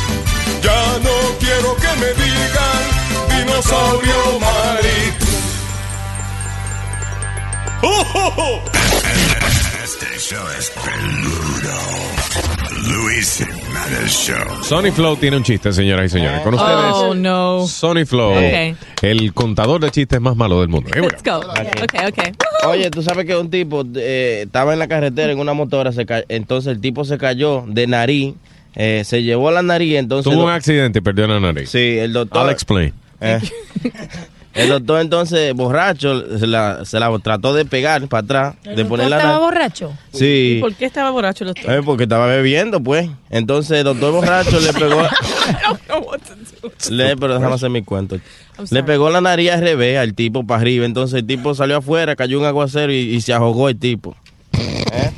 Ya no quiero que me digan dinosaurio Mari. ¡Oh, oh, oh!
Este show es peludo. Luis Jiménez Show.
Sony Flow tiene un chiste, señoras y señores. Con ustedes,
Oh, no.
Sony Flow,
Ok.
el contador de chistes más malo del mundo.
[LAUGHS]
Here we go.
Let's go. Okay, okay.
Oye, tú sabes que un tipo eh, estaba en la carretera en una motora, se ca- entonces el tipo se cayó de nariz, eh, se llevó la nariz, entonces...
Tuvo
lo-
un accidente y perdió la nariz.
Sí, el doctor...
I'll explain.
Eh, el doctor entonces, borracho, se la, se la trató de pegar para atrás, de poner la
estaba
nariz.
borracho?
Sí.
¿Y por qué estaba borracho el doctor?
Eh, porque estaba bebiendo, pues. Entonces el doctor borracho le
[LAUGHS]
pegó... Le, pero déjame hacer mi cuento.
I'm sorry.
Le pegó la nariz al revés al tipo para arriba. Entonces el tipo salió afuera, cayó un aguacero y, y se ahogó el tipo. ¿Eh?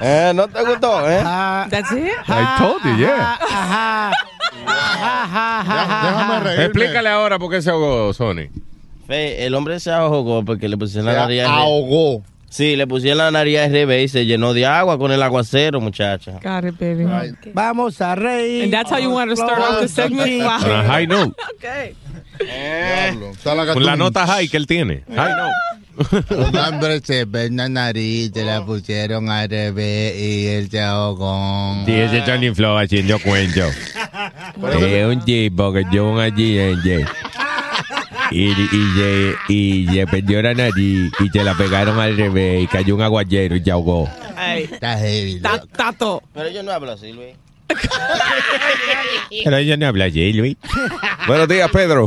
Eh, ¿No te gustó? ¿Eh?
Ah,
That's it?
I told you, yeah.
Ajá.
Déjame
Explícale ahora por qué se ahogó Sony.
Fe, el hombre se ahogó porque le pusieron
Se
la nariz. al revés.
ahogó.
Sí, le pusieron la nariz al revés y se llenó de agua con el aguacero, muchacha.
Got it, baby.
Vamos a reír.
And that's how you wanted to start off the segment? Wow.
On a high note.
Okay.
Con la nota high que él tiene. High note.
Un hombre se ve en la nariz, se la pusieron al revés y él se ahogó.
Sí, ese Sony Flow haciendo cuento. Es un tipo que tuvo un accidente. Y, y, se, y se perdió la nariz y se la pegaron al revés y cayó un aguacero y se ahogó.
Está
heavy.
Tato.
Pero yo no hablo así, Luis.
Pero ella no habla así, Luis. [LAUGHS] Buenos días, Pedro.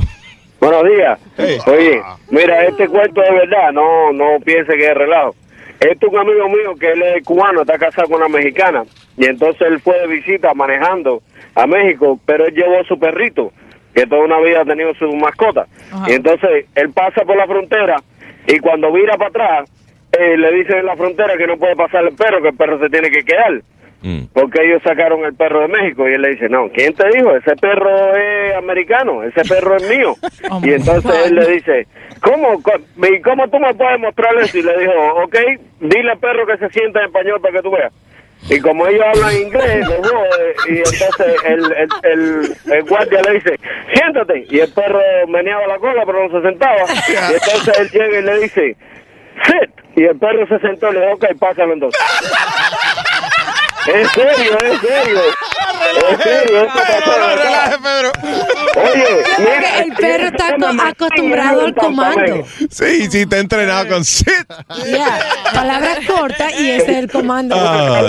Buenos días. Oye, mira, este cuento de verdad, no no piense que es relajo. Este es un amigo mío que él es cubano, está casado con una mexicana. Y entonces él fue de visita manejando a México, pero él llevó su perrito, que toda una vida ha tenido su mascota. Y entonces él pasa por la frontera y cuando vira para atrás, eh, le dicen en la frontera que no puede pasar el perro, que el perro se tiene que quedar. Porque ellos sacaron el perro de México y él le dice, no, ¿quién te dijo? Ese perro es americano, ese perro es mío. y entonces él le dice, ¿cómo, co- ¿y cómo tú me puedes mostrar eso? Y le dijo, ok, dile al perro que se sienta en español para que tú veas. Y como ellos hablan inglés, los dos, eh, y entonces el, el, el- el guardia le dice, siéntate. Y el perro meneaba la cola, pero no se sentaba. Y entonces él llega y le dice, sit. Y el perro se sentó y le dijo, ok, pásalo entonces. En serio, en serio. En serio, esto pasó. Oye, mira,
El perro está
yo me
aco-
metí en
acostumbrado al
un
comando.
Sí, sí, está entrenado con sit.
Yeah. Palabras cortas y ese es el comando.
Ah.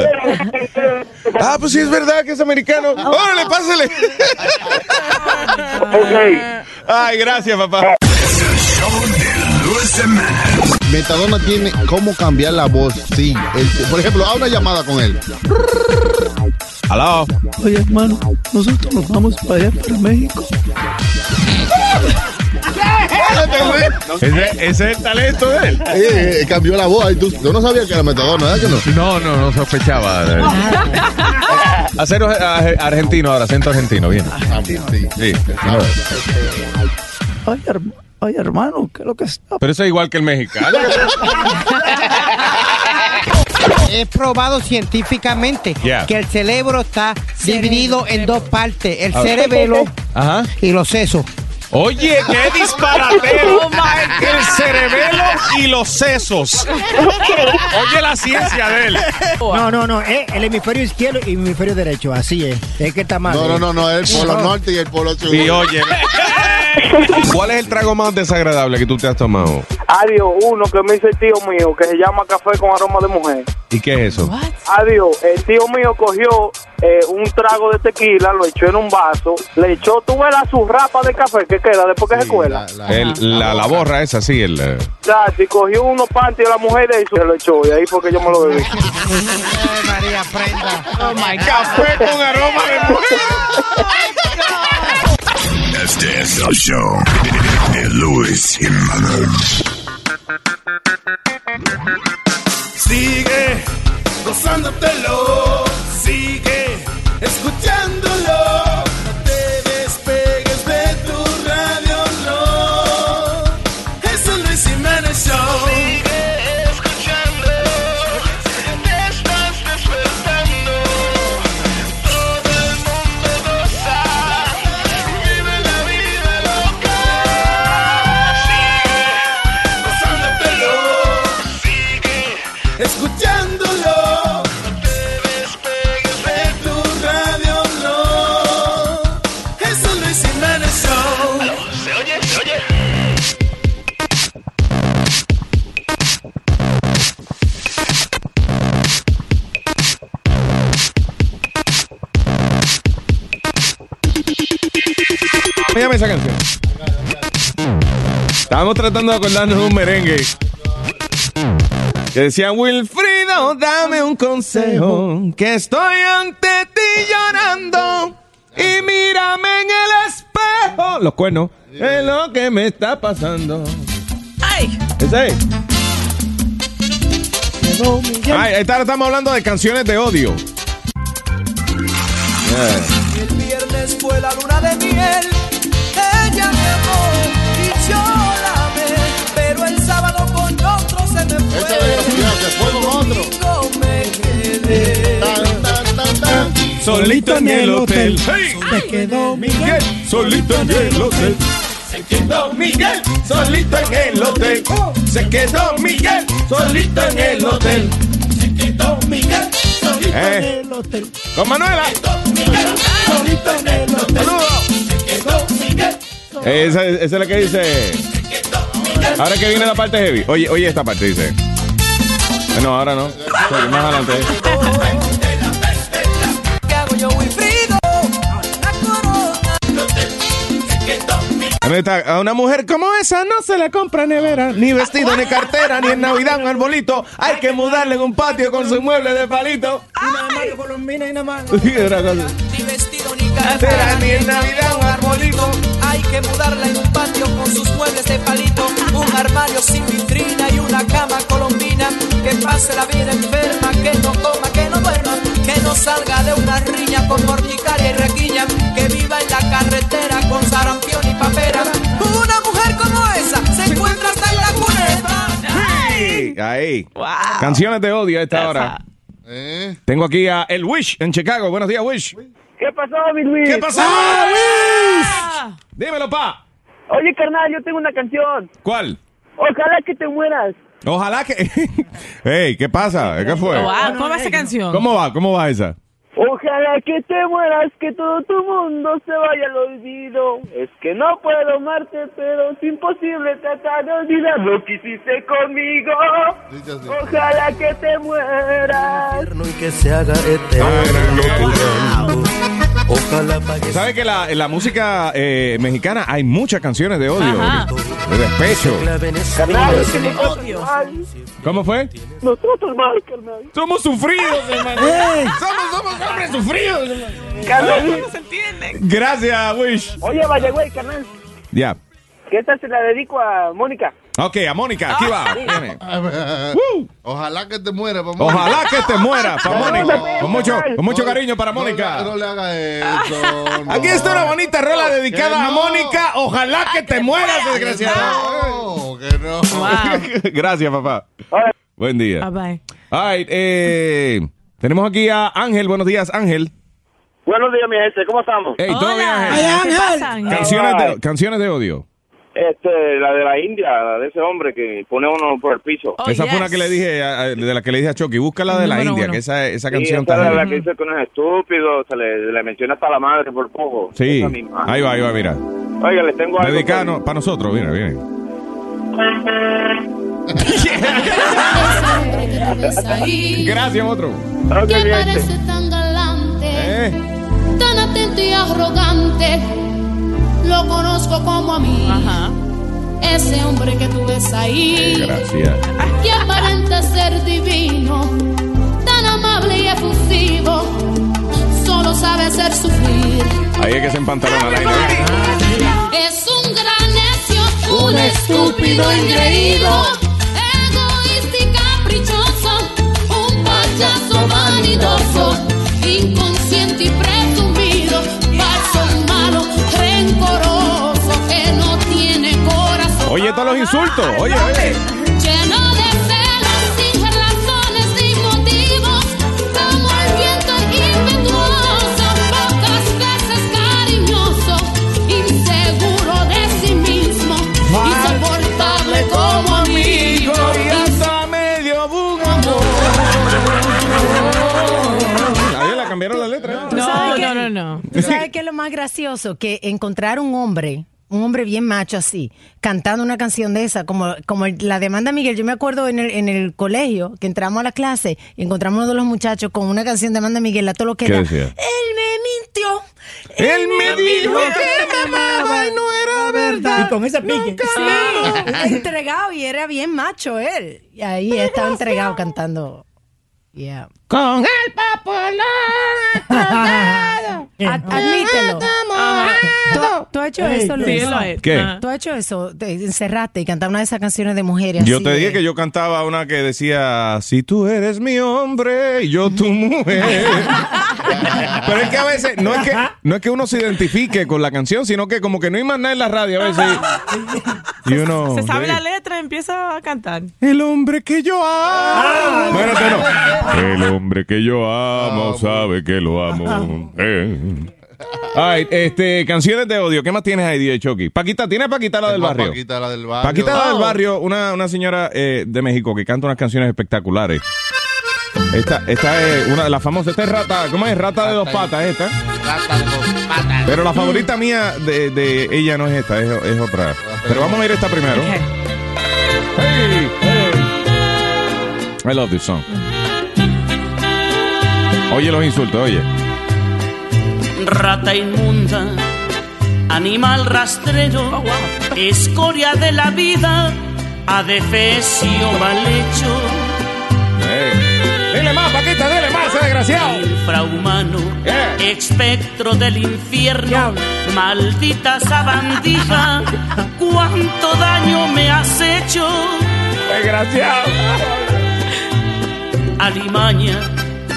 Ah, pues sí es verdad que es americano.
Oh.
¡Órale,
[LAUGHS]
pásale! Ay, gracias, papá.
Show de Luis Jiménez.
Metadona tiene cómo cambiar la voz. Sí. Él- por ejemplo, haz una llamada con él.
Aló.
Oye, hermano, nosotros nos vamos para allá, para México.
Ese, ese es el talento de él.
Eh, eh, cambió la voz. Ay, tú- yo no sabía que era Metadona, ¿verdad que no?
No, no,
[LAUGHS]
no sospechaba. Acero eh, argentino ahora, acento argentino, bien.
Ah, Sí,
sí.
Ay, herm- ay, hermano, ¿qué es lo que está?
Pero eso es igual que el mexicano.
[LAUGHS]
Es probado científicamente
Yeah.
que el cerebro está dividido en dos partes, el
A ver.
cerebelo
Ajá.
y los sesos.
Oye, qué [LAUGHS] disparatero. el cerebelo y los sesos. Oye, la ciencia de él.
No, no, no, es el hemisferio izquierdo y el hemisferio derecho, así es. Es que está mal. eh.
No, no, no, no, es el polo norte y el polo sur.
Y oye. ¿Cuál es el trago más desagradable que tú te has tomado?
Adiós, uno que me hizo el tío mío, que se llama café con aroma de mujer.
¿Y qué es eso?
Adiós, el tío mío cogió eh, un trago de tequila, lo echó en un vaso, le echó, tú ves la surrapa de café que queda después que se cuela.
El- la, la borra esa, sí. El, eh.
Chachi, cogió unos panties de la mujer y se lo echó, y ahí fue que yo me lo bebí.
María, prenda.
Oh my
Café con aroma de
Este es el show de Luis Jiménez.
Sigue gozándotelo, sigue escuchándolo. No te despegues de tu radio, no. Es el Luis Jiménez Show. Sigue escuchando, te estás despertando. Todo el mundo goza, vive la vida loca. Sigue gozándotelo escuchándolo. No te despegues de tu radio, no. Es el Luis Jiménez Show. ¿Se oye? ¿Se oye?
Mírame esa canción. Estábamos tratando de acordarnos de un merengue. Que decía Wilfrido, dame un consejo. Que estoy ante ti llorando. Y mírame en el espejo. Los cuernos. Es lo que me está pasando.
¡Ay!
¿Ese es? Ay, esta- estamos hablando de canciones de odio. Yeah.
El viernes fue la luna de miel. Ella me amó y yo la amé. Pero el sábado con otro se me fue. Esa desgraciada se fue con otro. me quedé.
Solito en el hotel.
Me quedó
Miguel, solito en el hotel. Se quedó Miguel, solito en el hotel. Se quedó Miguel, solito en el hotel. Se quedó Miguel, solito en
Eh.
el hotel.
Con Manuela.
Solito en el hotel. Se quedó Miguel.
Eh, Esa, esa es la que dice. Ahora que viene la parte heavy. Oye, oye esta parte dice. Ah, No, ahora no. Sorry, más adelante.
¿Qué hago yo, Wilfrido? La corona.
Ahí está. A una mujer como esa no se le compra nevera, ni vestido, ni cartera, ni en Navidad un arbolito. Hay que mudarle en un patio con su mueble de palito. [LAUGHS] Sí, otra cosa.
Ni vestido ni cartera, ni en Navidad un arbolito. Hay que mudarla en un patio con sus muebles de palito. Un armario sin vitrina y una cama colombina. Que pase la vida enferma, que no coma, que no duerma. Que no salga de una riña con morticaria y requiña. Que viva en la carretera con sarampión y papera. Una mujer como esa se encuentra hasta en la cuneta.
Ahí. Canciones de odio a esta hora. Tengo aquí a El Wish en Chicago. Buenos días, Wish.
¿Qué pasó, mi Luis?
¿Qué pasó? Dímelo, pa.
Oye, carnal, yo tengo una canción.
¿Cuál?
Ojalá que te mueras.
Ojalá que. [LAUGHS] Ey, ¿qué pasa? ¿Qué fue?
Wow, ¿Cómo va esa canción?
¿Cómo va? ¿Cómo va esa?
Ojalá que te mueras, que todo tu mundo se vaya al olvido. Es que no puedo amarte, pero es imposible tratar de olvidar lo que hiciste conmigo. Ojalá que te mueras.
que se haga eterno tu tiempo.
Ojalá ¿Sabe que la, en la música eh, mexicana hay muchas canciones de odio?
Ajá.
De despecho.
Claro, que me odio.
¿Cómo fue?
Nos tratas mal, carnal.
Somos sufridos, hermano. Somos, somos hombres sufridos,
Carnal.
No se Gracias, Wish.
Oye, vaya, güey, carnal.
Ya.
Que esta se la dedico a Mónica.
Ok, a Mónica, aquí
Ah.
va. Viene.
Ojalá que te muera, pa' Mónica.
Ojalá que te muera, pa' Mónica. Con mucho, con mucho
No,
cariño para
no le-
Mónica.
No le hagas
[LAUGHS]
eso. no.
Aquí está una bonita rola dedicada
Que
a
no.
Mónica. Ojalá que te mueras,
[LAUGHS]
desgraciado. [LAUGHS] Gracias, papá. Buen
ah,
Ah,
día.
Bye
All right, eh, tenemos aquí a Ángel. Buenos días, Ángel.
Buenos días, mi gente. ¿Cómo estamos?
Hey, ¿todo bien, Ángel? Canciones de, canciones de odio.
Este, la de la India, la de ese hombre que pone uno por el piso.
Oh,
esa fue una que le dije a- a- de la que le dije a Chucky. Búscala de la
Oh, Número
India,
uno.
que esa, esa
Sí,
canción
esa
está
es la
heavy.
que dice que uno es estúpido, se le, le menciona hasta la madre por poco.
Sí,
Esa misma.
ahí va, ahí va, mira.
Oiga, les tengo algo.
Dedicada para nosotros, mira, mira. Gracias, otro.
Que parece tan galante,
Eh.
tan atento y arrogante. Lo conozco como a mí. Ese hombre que tú ves ahí,
Eh, Gracias.
que aparenta ser divino, tan amable y efusivo, solo sabe ser sufrir.
Ahí es que se empantalona la India.
Es un gran necio,
Un
un
estúpido
estúpido
engreído,
engreído, egoísta y caprichoso, un payaso vanidoso, inconsciente y presumido, falso, malo, rencoroso, que no tiene corazón,
Oye, todos los insultos. Oye, oye.
lleno de celos, sin razones ni motivos, como el viento impetuoso, pocas veces cariñoso, inseguro de sí mismo, insoportable como amigo.
y hasta medio bugando. Ahí la cambiaron la letra.
¿Tú sabes qué?
no.
¿Tú sabes qué es lo más gracioso? Que encontrar un hombre, un hombre bien macho así, cantando una canción de esa, como, como el- la demanda Miguel. Yo me acuerdo en el, en el colegio que entramos a la clase y encontramos uno de los muchachos con una canción de Amanda Miguel, a todo lo que
¿Qué
da.
decía?
Él me mintió.
Él me
dijo
que me amaba y no era verdad.
Y con esa pique.
Era entregado y era bien macho él. Y ahí estaba entregado cantando. Yeah.
Con
el [LAUGHS] papolón. Admítelo. ¿Tú, tú has hecho
Ey,
eso,
sí,
Luis.
él lo ha hecho.
¿Qué?
Tú has hecho eso. Te encerraste y cantaste una de esas canciones de mujeres.
Yo
así
te
de-
dije que yo cantaba una que decía, si tú eres mi hombre y yo tu
[LAUGHS]
mujer. Pero es que a veces, no es que, no es que uno se identifique con la canción, sino que como que no hay más nada en la radio a
[LAUGHS]
veces. Y uno...
Se sabe
sí.
la letra, empieza a cantar.
El hombre que yo amo. Bueno, te no. El hombre que yo amo sabe que lo
Ah.
amo. Eh. Ay, este, canciones de odio. ¿Qué más tienes ahí, DJ Chucky? Paquita, ¿tienes Paquita la del
Pa'
barrio?
Paquita, la del barrio.
Paquita la del barrio, una, una señora eh, de México que canta unas canciones espectaculares. Esta, esta es una de las famosas. Esta es rata, ¿cómo es? Rata de dos patas, esta.
Rata de dos patas.
Pero la favorita mía de, de ella no es esta, es, es otra. Pero vamos a ir a esta primero. Hey, hey. I love this song. Oye los insultos, oye.
Rata inmunda, animal rastrero,
Oh,
escoria de la vida, adefesio mal hecho.
Dile más, Paquita, dile más, ese desgraciado. Eh.
Infrahumano, espectro del infierno, maldita sabandija, cuánto daño me has hecho.
Desgraciado.
Alimaña,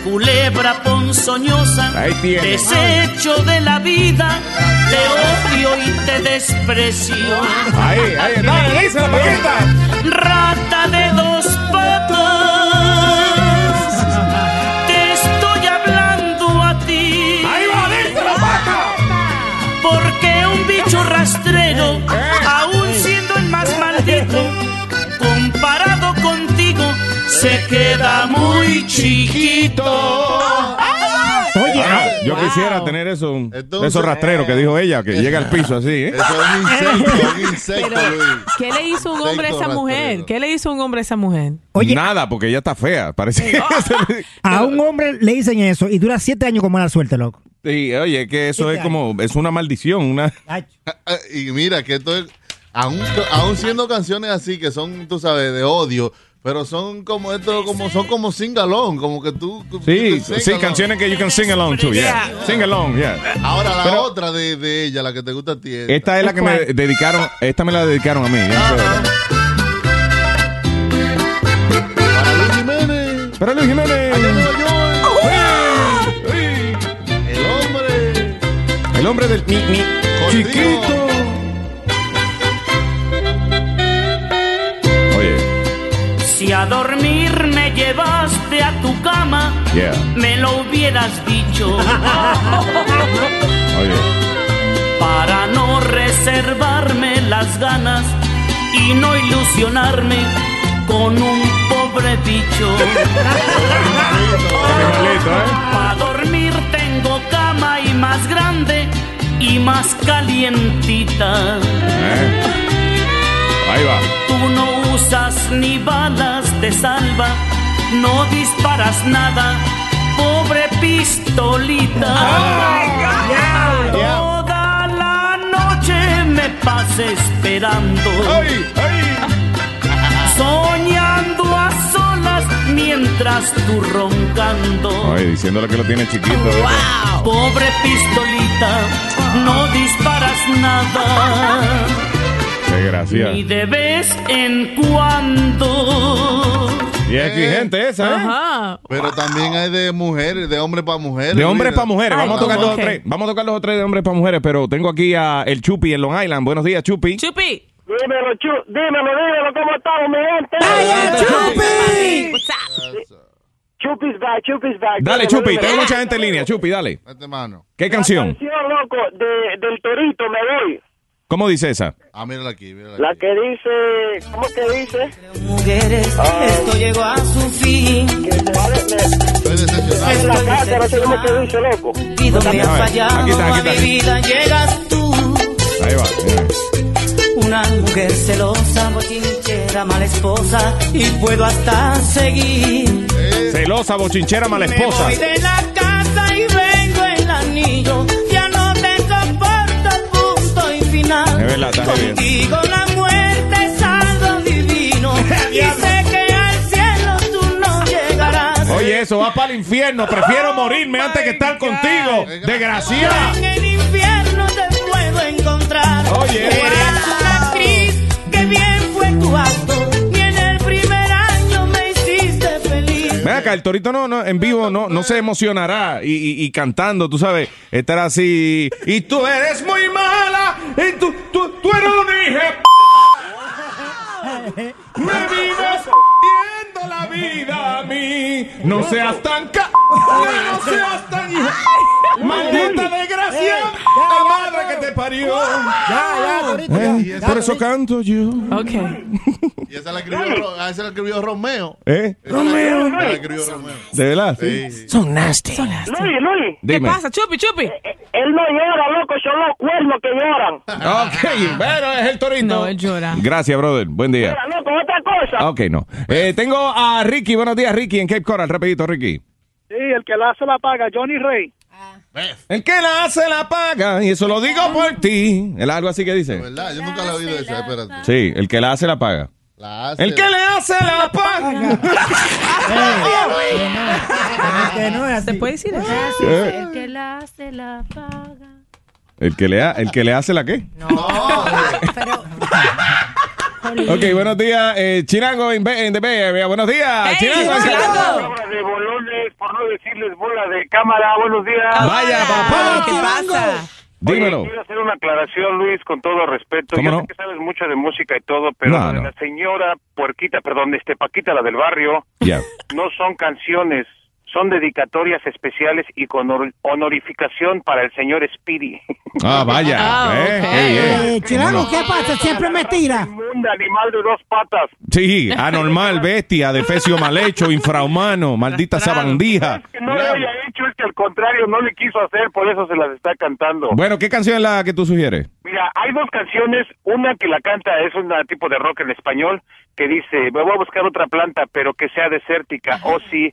culebra ponzoñosa,
Ahí tiene.
desecho de la vida, te odio y te desprecio.
Ahí, ahí, dale, dice la paqueta.
Rata de dos patas, te estoy hablando a ti. Ahí va, dice la vaca. Porque un bicho rastrero, aún siendo el más maldito, comparado contigo, se queda muy chiquito.
Oye, Ah, yo quisiera tener eso, un- esos rastreros que dijo ella,
[LAUGHS]
que llega al piso así, ¿eh?
¿Qué le hizo un hombre a esa mujer? ¿Qué le hizo un hombre a esa mujer?
Nada, porque ella está fea, parece.
A un hombre le dicen eso y dura siete años con mala suerte, loco.
Sí, oye, que eso es como, es una maldición, una...
[LAUGHS] Y mira, que esto es, aún, aún siendo canciones así, que son, tú sabes, de odio, pero son como esto, como son como sing along, como que tú.
Sí,
tú sing
sí,
along.
canciones que you can sing along to, yeah. Sing along, yeah.
Ahora la
Pero-
otra de, de ella, la que te gusta a ti.
Esta es la que me dedicaron, esta me la dedicaron a mí.
Ah,
Para Luis Jiménez. ¡Oh,
El hombre.
El hombre del mi, mi chiquito. Oye,
Si a dormir me llevaste a tu cama,
yeah,
me lo hubieras dicho.
oye.
para no reservarme las ganas y no ilusionarme con un pobre bicho. Para dormir tengo cama y más grande y más calientita.
eh. Ahí va.
Tú no usas ni balas de salva, no disparas nada, pobre pistolita. Toda la noche me pasa esperando. Soñando a solas mientras tú roncando.
Oye, diciéndole que lo tiene chiquito. ¿eh?
Pobre pistolita, no disparas nada.
Qué gracia.
Y de vez en cuando.
Y es exigente esa, ¿eh?
Pero también hay de mujeres, de hombres para mujeres.
De hombres
mira.
para mujeres, vamos a tocar los tres. Vamos a tocar los tres de hombres para mujeres, pero tengo aquí a el Chupi en Long Island. Buenos días, Chupi.
Chupi.
Dímelo, Chu, dímelo, dímelo, ¿cómo estamos, mi gente?
Chupi!
Chupi's back, Chupi's back.
Dale,
Dímelo,
Chupi,
dímelo.
tengo mucha gente en línea. Chupi, dale. ¿Qué canción?
Canción, loco, de, del torito, me voy.
¿Cómo dice esa?
Ah, mírala aquí, mírala
La que dice, ¿cómo que dice?
Mujeres, esto llegó a su fin. "Ah,
Es la casa, no sé cómo que dice, loco.
Pido me ha
Déjame ver.
fallado
Aquí está, aquí
a mi
está.
vida. Llegas tú,
Ahí va.
una mujer celosa, bochinchera, mala esposa. Y puedo hasta seguir.
Eh.
Celosa, bochinchera, mala esposa.
Me voy de la casa y vengo el anillo. Ya no te soporto, punto y final.
Es verdad, está bien.
Contigo la muerte es algo
[LAUGHS]
divino. y sé que al cielo tú no llegarás.
Oye, eso va para el infierno. Prefiero morirme antes que estar contigo. Desgraciada.
En el infierno te puedo encontrar.
Oye.
Eres una actriz, que bien fue tu acto. Ni en el primer año me hiciste feliz.
Ven acá, el torito no, no, en vivo no, no se emocionará y, y- y cantando, tú sabes, estar así. Y tú eres muy mala, y tú, tú, tú eres un hijo.
[LAUGHS]
de p- Me vives viendo la vida a mí. No seas tan ca. No seas tan hija. Maldita desgracia, la madre que te parió. Eh, por eso canto yo.
Y esa la escribió, Ro- ah, esa la escribió Romeo.
¿Eh?
Esa la-
Romeo.
esa la escribió Romeo.
¿De verdad? Son nasty.
Luis, Luis.
¿Qué Dime. pasa,
Chupi, Chupi? Él no llora, loco, son los cuernos que lloran.
Ok, pero es el torito. No, él
llora.
Gracias, brother. Buen día.
Mira, loco, otra cosa.
Ah, Ok, no. Eh, tengo a Ricky. Buenos días, Ricky, en Cape Coral. Rapidito, Ricky.
Sí, el que la hace la paga, Johnny Rey.
El que la hace la paga, y eso lo digo por ti. El algo así que dice.
¿Verdad? Yo nunca la he oído esa, espérate.
Sí, el que la hace la paga.
La hace.
El que le hace la paga.
[LAUGHS] ¿Se puede decir eso?
Eh.
El que la hace la paga.
El que le, ha- el que le hace la qué. Ok, buenos días, eh, Chirango en Be- en The Bay Area. Buenos días, Chirango. en Chirango.
Bola de bolones, por no decirles bola de cámara, buenos días.
Vaya, papá. ¿Qué
pasa?
Dímelo.
quiero hacer una aclaración, Luis, con todo respeto.
¿Cómo
Yo
no?
sé que sabes mucho de música y todo, pero
No,
lo de
no.
la señora Puerquita, perdón, este Paquita, la del barrio,
Ya.
no son canciones, son dedicatorias especiales y con honor- honorificación para el señor Speedy.
Ah, vaya. eh, qué bien.
Eh, Chirango, ¿qué pasa? Siempre me tira.
Un animal de dos patas.
Sí, anormal, bestia, defecio mal hecho, infrahumano, maldita sabandija.
Que no le haya hecho, es que al contrario no le quiso hacer, por eso se las está cantando.
Bueno, ¿qué canción es la que tú sugieres?
Mira, hay dos canciones, una que la canta es un tipo de rock en español que dice, "Me voy a buscar Oh, otra planta, pero que sea desértica, o si,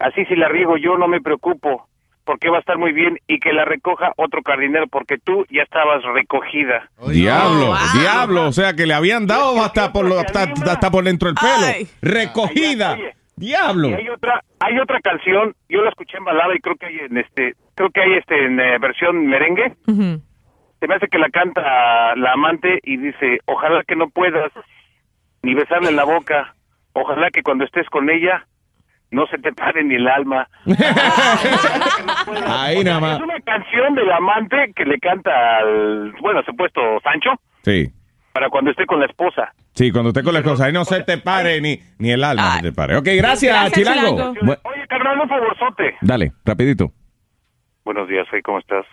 así si la riego yo no me preocupo, porque va a estar muy bien y que la recoja otro jardinero porque tú ya estabas recogida.
Diablo, diablo. O sea, que le habían dado hasta por, lo- hasta, hasta por dentro del pelo. Recogida. Diablo.
Y hay otra, hay otra canción, yo la escuché en balada y creo que hay en este, creo que hay este en eh, versión merengue. Se me hace que la canta la amante y dice, ojalá que no puedas ni besarle en la boca, ojalá que cuando estés con ella no se te pare ni el alma.
Ahí nada más.
Es una canción del amante que le canta al, bueno, supuesto Sancho,
Sí.
para cuando esté con la esposa.
Sí, cuando usted con las cosas. Ahí no se te pare ni, ni el alma se te pare. Ok, gracias,
Gracias, Chilango.
Chilango. Bu-
Oye, carnal, un favorzote.
Dale, rapidito.
Buenos días, Rey, ¿cómo estás?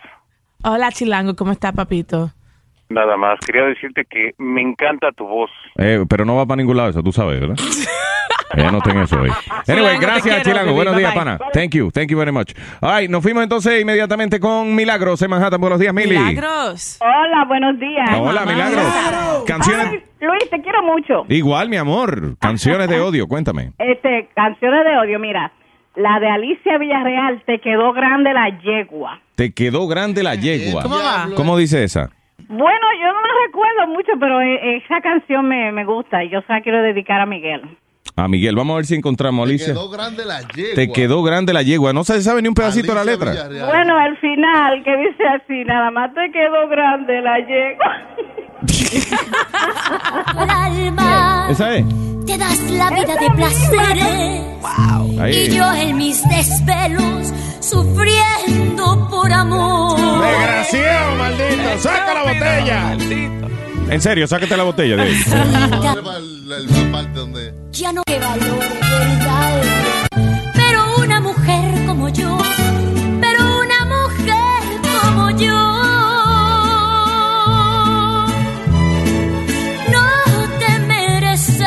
Hola, Chilango, ¿cómo está, papito?
Nada más, quería decirte que me encanta tu voz.
Eh, pero no va para ningún lado eso, tú sabes,
[LAUGHS]
¿verdad? Ya no tengo eso hoy. Anyway,
Chilango, te
gracias,
quiero,
Chilango.
baby.
Buenos
Bye,
días,
bye.
pana. Thank you, thank you very much. All right, nos fuimos entonces inmediatamente con Milagros en Manhattan. Buenos días, Mili.
Milagros.
Hola, buenos días.
Hola, Milagros. Canciones.
Luis, te quiero mucho.
Igual, mi amor. Canciones de odio, cuéntame.
Este, canciones de odio, mira. La de Alicia Villarreal, te quedó grande la yegua.
Te quedó grande la yegua.
¿Cómo va?
¿Cómo dice esa?
Bueno, yo no la recuerdo mucho, pero e- esa canción me, me gusta y yo se la quiero dedicar a Miguel.
A Ah, Miguel, vamos a ver si encontramos, Alicia.
quedó grande la yegua.
Te quedó grande la yegua. No se sabe ni un pedacito de la letra.
Bueno, el final que dice así, nada más te quedó grande la yegua.
¿Esa es?
Te das la vida de placeres
Ahí.
y yo en mis desvelos sufriendo por amor.
Desgraciado, maldito, saca la botella. En serio, sácate la botella de ahí.
Ya no te valoro, verdad. Pero una mujer como yo, pero una mujer como yo, no te mereces.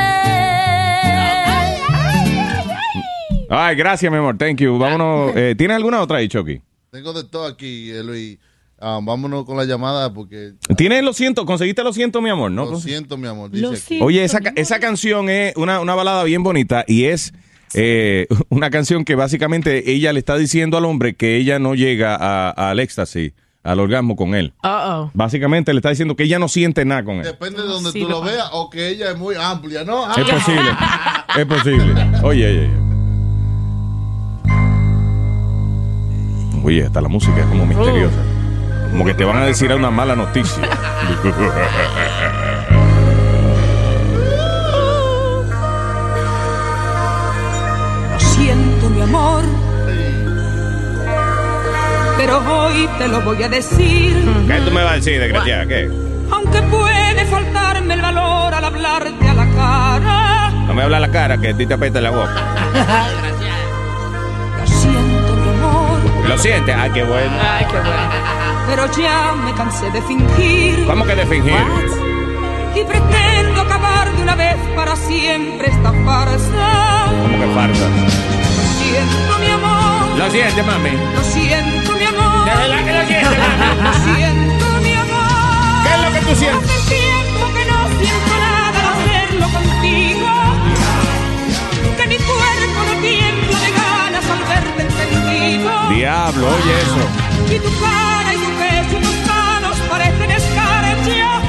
Ay, gracias, mi amor. Thank you. Vámonos. Eh, ¿Tienes alguna otra ahí, Chucky?
Tengo de todo aquí, eh, Luis. Ah, vámonos con la llamada porque
¿Tienes los cientos? ¿Conseguiste los cientos, mi amor? ¿No?
lo siento, mi amor.
Lo siento, Oye, esa, ca- esa canción es una, una balada bien bonita y es eh, [LAUGHS] una canción que básicamente ella le está diciendo al hombre que ella no llega a- al éxtasis, al orgasmo con él.
Uh-oh.
Básicamente le está diciendo que ella no siente nada con él.
Depende de donde tú lo veas o que ella es muy amplia, ¿no? Ah.
Es
Amplia. [LAUGHS]
posible. Es posible. Oye, oye, oye. Oye, hasta la música es como misteriosa. Como que te van a decir una mala noticia.
Lo siento, mi amor. Pero hoy te lo voy a decir.
¿Qué tú me vas a decir, desgraciada? ¿Qué?
Aunque puede faltarme el valor al hablarte a la cara. [LAUGHS]
No me habla la cara, que a ti te apesta la boca.
Lo siento, mi amor.
¿Lo sientes? Ay, qué bueno.
Ay, qué bueno. Pero ya me cansé de fingir.
¿Cómo que de fingir?
Y pretendo acabar de una vez para siempre esta farsa.
Como que farsa.
Lo siento, mi amor.
¿Lo sientes, mami?
Lo siento, mi amor.
De verdad que lo siento, mami.
Lo siento, mi amor.
¿Qué es lo que tú sientes?
Hace tiempo que no siento nada al hacerlo contigo. Que mi cuerpo no tiembla de ganas al verte encendido.
Diablo, oye eso.
Y tu cara y tu pecho y tus manos parecen escarcha.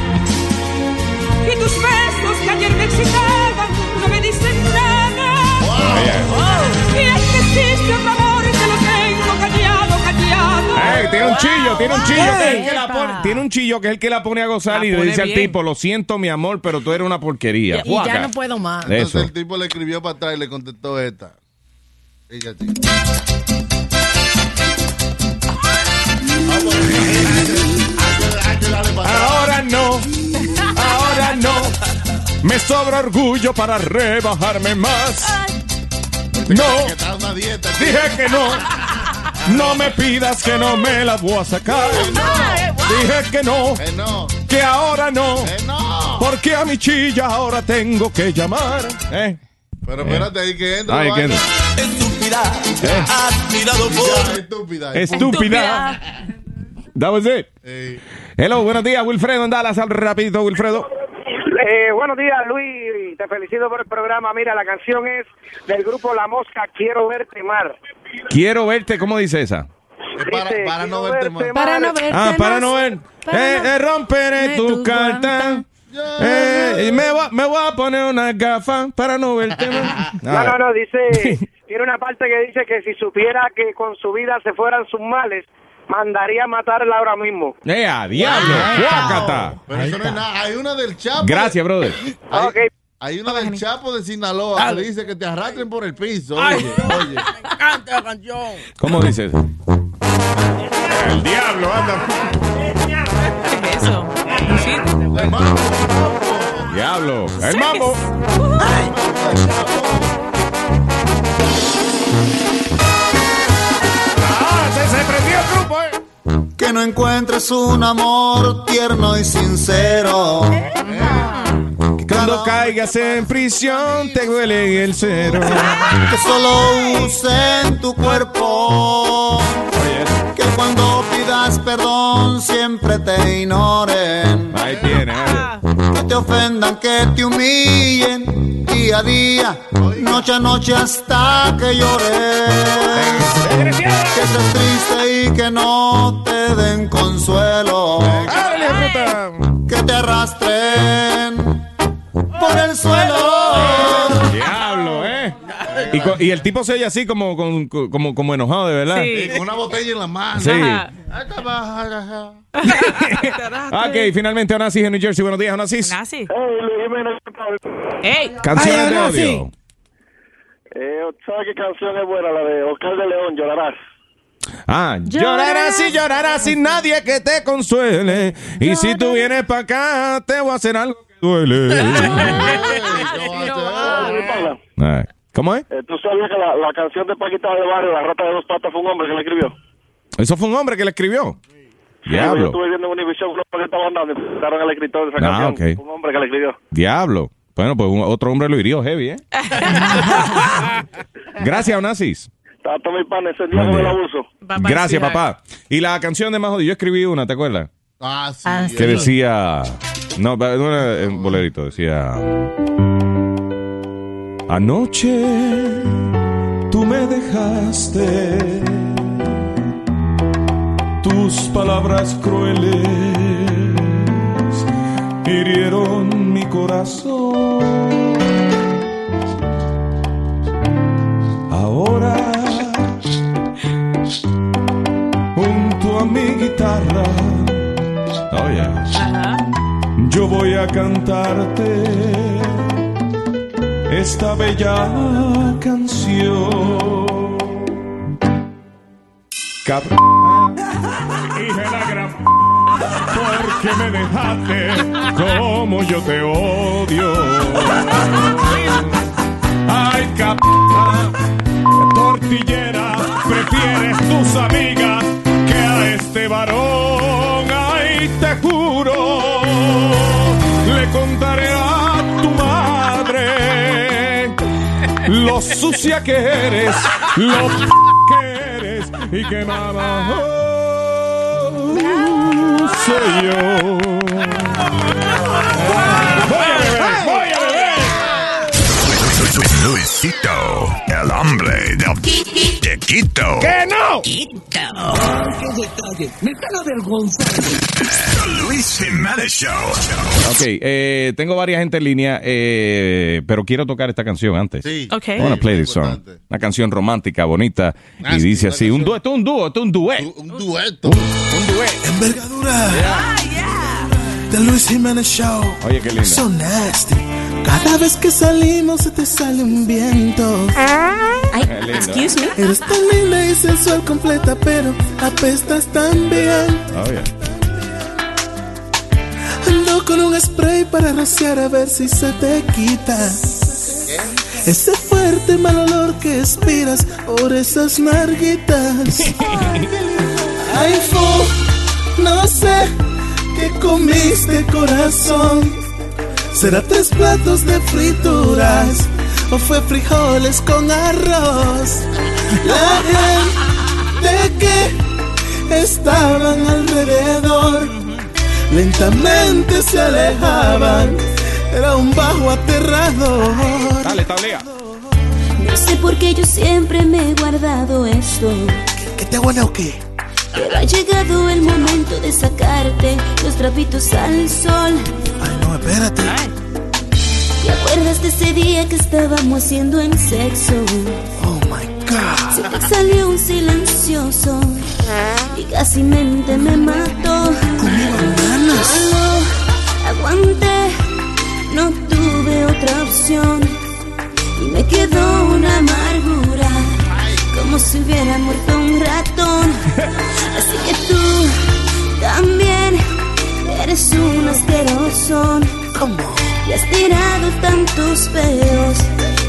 Y tus besos que ayer me excitaban no me dicen nada. Oh, Y es que existe otro amor que lo tengo callado, callado.
Ey, tiene un chillo, tiene un chillo. que es el que la
Epa.
pone- tiene un chillo que es el que la pone a gozar
La
y le
pone
dice al
bien.
tipo, lo siento, mi amor, pero tú eres una porquería.
Y ya
Guaca.
no puedo más.
Eso.
Entonces el tipo le escribió para atrás y le contestó esta. Ella, chica.
Ahora no, ahora no. Me sobra orgullo para rebajarme más.
Que está una dieta.
Dije que no. No me pidas que no me la voy a sacar. Dije que no. Que ahora no. Porque a mi chilla ahora tengo que llamar. ¿Eh?
Pero espérate ahí que entra.
Ay,
la
que
vaina.
¿Eh?
Admirado por. Estúpida.
Estúpida. That was it. Hello, buenos días, Wilfredo en Dallas. Al rapidito, Wilfredo.
[LAUGHS] Eh, buenos días, Luis. Te felicito por el programa. Mira, la canción es del grupo La Mosca, Quiero verte mar.
Quiero verte, ¿cómo dice esa?
Para, para no verte más.
Para no
verte
Ah, para
más.
no ver.
Para
eh,
no-
eh, romperé
Me
tu
tu
carta. Eh, y me voy, me voy a poner una gafa para no verte más.
[LAUGHS] No, no, no,
[LAUGHS]
dice, tiene una parte que dice que si supiera que con su vida se fueran sus males, mandaría a matarla ahora mismo.
Eh, a diablo.
Ah,
Guácata.
Pero eso no es nada. Hay una del Chapo.
Gracias, brother.
Hay, hay una del Chapo de Sinaloa que dice que te arrastren por el piso. Oye, oye.
[LAUGHS]
Canta la canción.
¿Cómo dices?
El diablo, anda.
¿Qué es eso?
Diablo. El mambo.
Ah, se prendió el grupo, eh.
Que no encuentres un amor tierno y sincero.
Que Cuando caigas en prisión te huele el cero.
Que solo usen tu cuerpo. Que cuando pidas perdón siempre te ignoren.
Ahí tiene. eh.
Que te ofendan, que te humillen día a día, noche a noche hasta que llores. Que estés triste y que no te den consuelo. Que te arrastren por el suelo.
Diablo, eh. Y, co- y el tipo se oye así como, con- co- como, como enojado, de verdad.
Y con una botella en la mano.
Sí. Ajá. Ok, finalmente Onassis en New Jersey. Buenos días, Onassis.
¡Ey!
Canciones de
Onassis.
odio.
Eh, ¿Sabes qué canción es buena? La de Oscar de León, Llorarás.
Ah, llorarás y llorarás sin nadie que te consuele. Y si tú vienes para acá, te voy a hacer algo que [LAUGHS] duele.
Eh, este,
Ah, ¿Cómo es?
Eh, ¿Tú sabías que la, la canción de Paquita de Barrio, La Rata de Dos Patas, fue un hombre que la escribió?
Eso fue un hombre que le escribió.
Yo
Diablo,
estuve viendo en Univision una que estaba andando y presentaron al escritor de esa
Ah,
canción.
ok.
Un hombre que la escribió.
diablo. Bueno, pues un- otro hombre lo hirió heavy, ¿eh? Gracias, Onassis.
Tato mi pan, ese día que me la abuso.
Gracias, papá. Y la canción de Majo, yo escribí una, ¿te acuerdas?
Ah, sí.
Que decía. No, pa- no era un bolerito, decía. Anoche
Tú me dejaste tus palabras crueles hirieron mi corazón. Ahora junto a mi guitarra yo voy a cantarte esta bella canción. [LAUGHS] Cabrón. Porque me dejaste como yo te odio. Ay, cap tortillera, prefieres tus amigas que a este varón. Ay, te juro, le contaré a tu madre lo sucia que eres, lo [LAUGHS] p- que eres y que mamá oh, soy yo.
Luisito, el hombre de, de Quito.
¡Que no!
¡Qué detalle! ¡Me están avergonzando! Luis Jiménez Show.
Ok, eh, tengo varias gente en línea, eh, pero quiero tocar esta canción antes.
Sí.
Ok.
Ok.
I wanna play this song. Una canción romántica, bonita, y dice así, un dueto, un dúo, esto es un duet. Un,
dueto.
Un, un duet.
Envergadura. The Luis Jiménez Show.
Oye, qué lindo.
So nasty. Cada vez que salimos se te sale un viento.
Ah. Ay, Qué lindo, excuse ¿eh?
Eres tan linda y sensual completa, pero apestas tan bien.
Oh,
Ando con un spray para rociar a ver si se te quita. Ese fuerte mal olor que expiras por esas marguitas. Ay, fu, no sé qué comiste, corazón. Será tres platos de frituras o fue frijoles con arroz. La gente que estaban alrededor lentamente se alejaban. Era un bajo aterrador.
Dale, tablea.
No sé por qué yo siempre me he guardado esto.
¿Qué te guarda o qué?
Pero ha llegado el momento de sacarte los trapitos al sol.
Ay, no, espérate.
¿Te acuerdas de ese día que estábamos haciendo en sexo?
Oh my God.
Se te salió un silencioso y casi mente me mató. No aguanté, no tuve otra opción y me quedó una amargura como si hubiera muerto un ratón. Así que tú también eres un asqueroso. Y has tirado tantos peos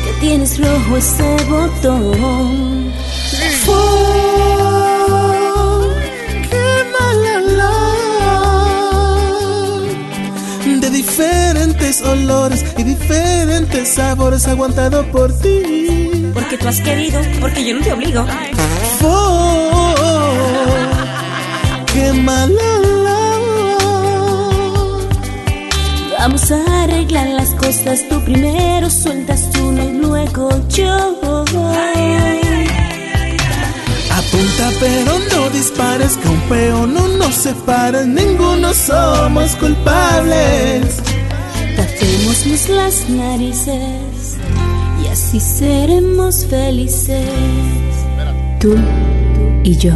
que tienes rojo ese botón.
Oh, qué mal olor. De diferentes olores y diferentes sabores aguantado por ti.
Porque tú has querido, porque yo no te obligo.
Oh, qué mal olor.
Vamos a arreglar las cosas. Tú primero sueltas uno y luego yo.
Apunta pero no dispares, que un peo no nos separa, ninguno somos culpables.
Tapémonos las narices y así seremos felices. Tú y yo.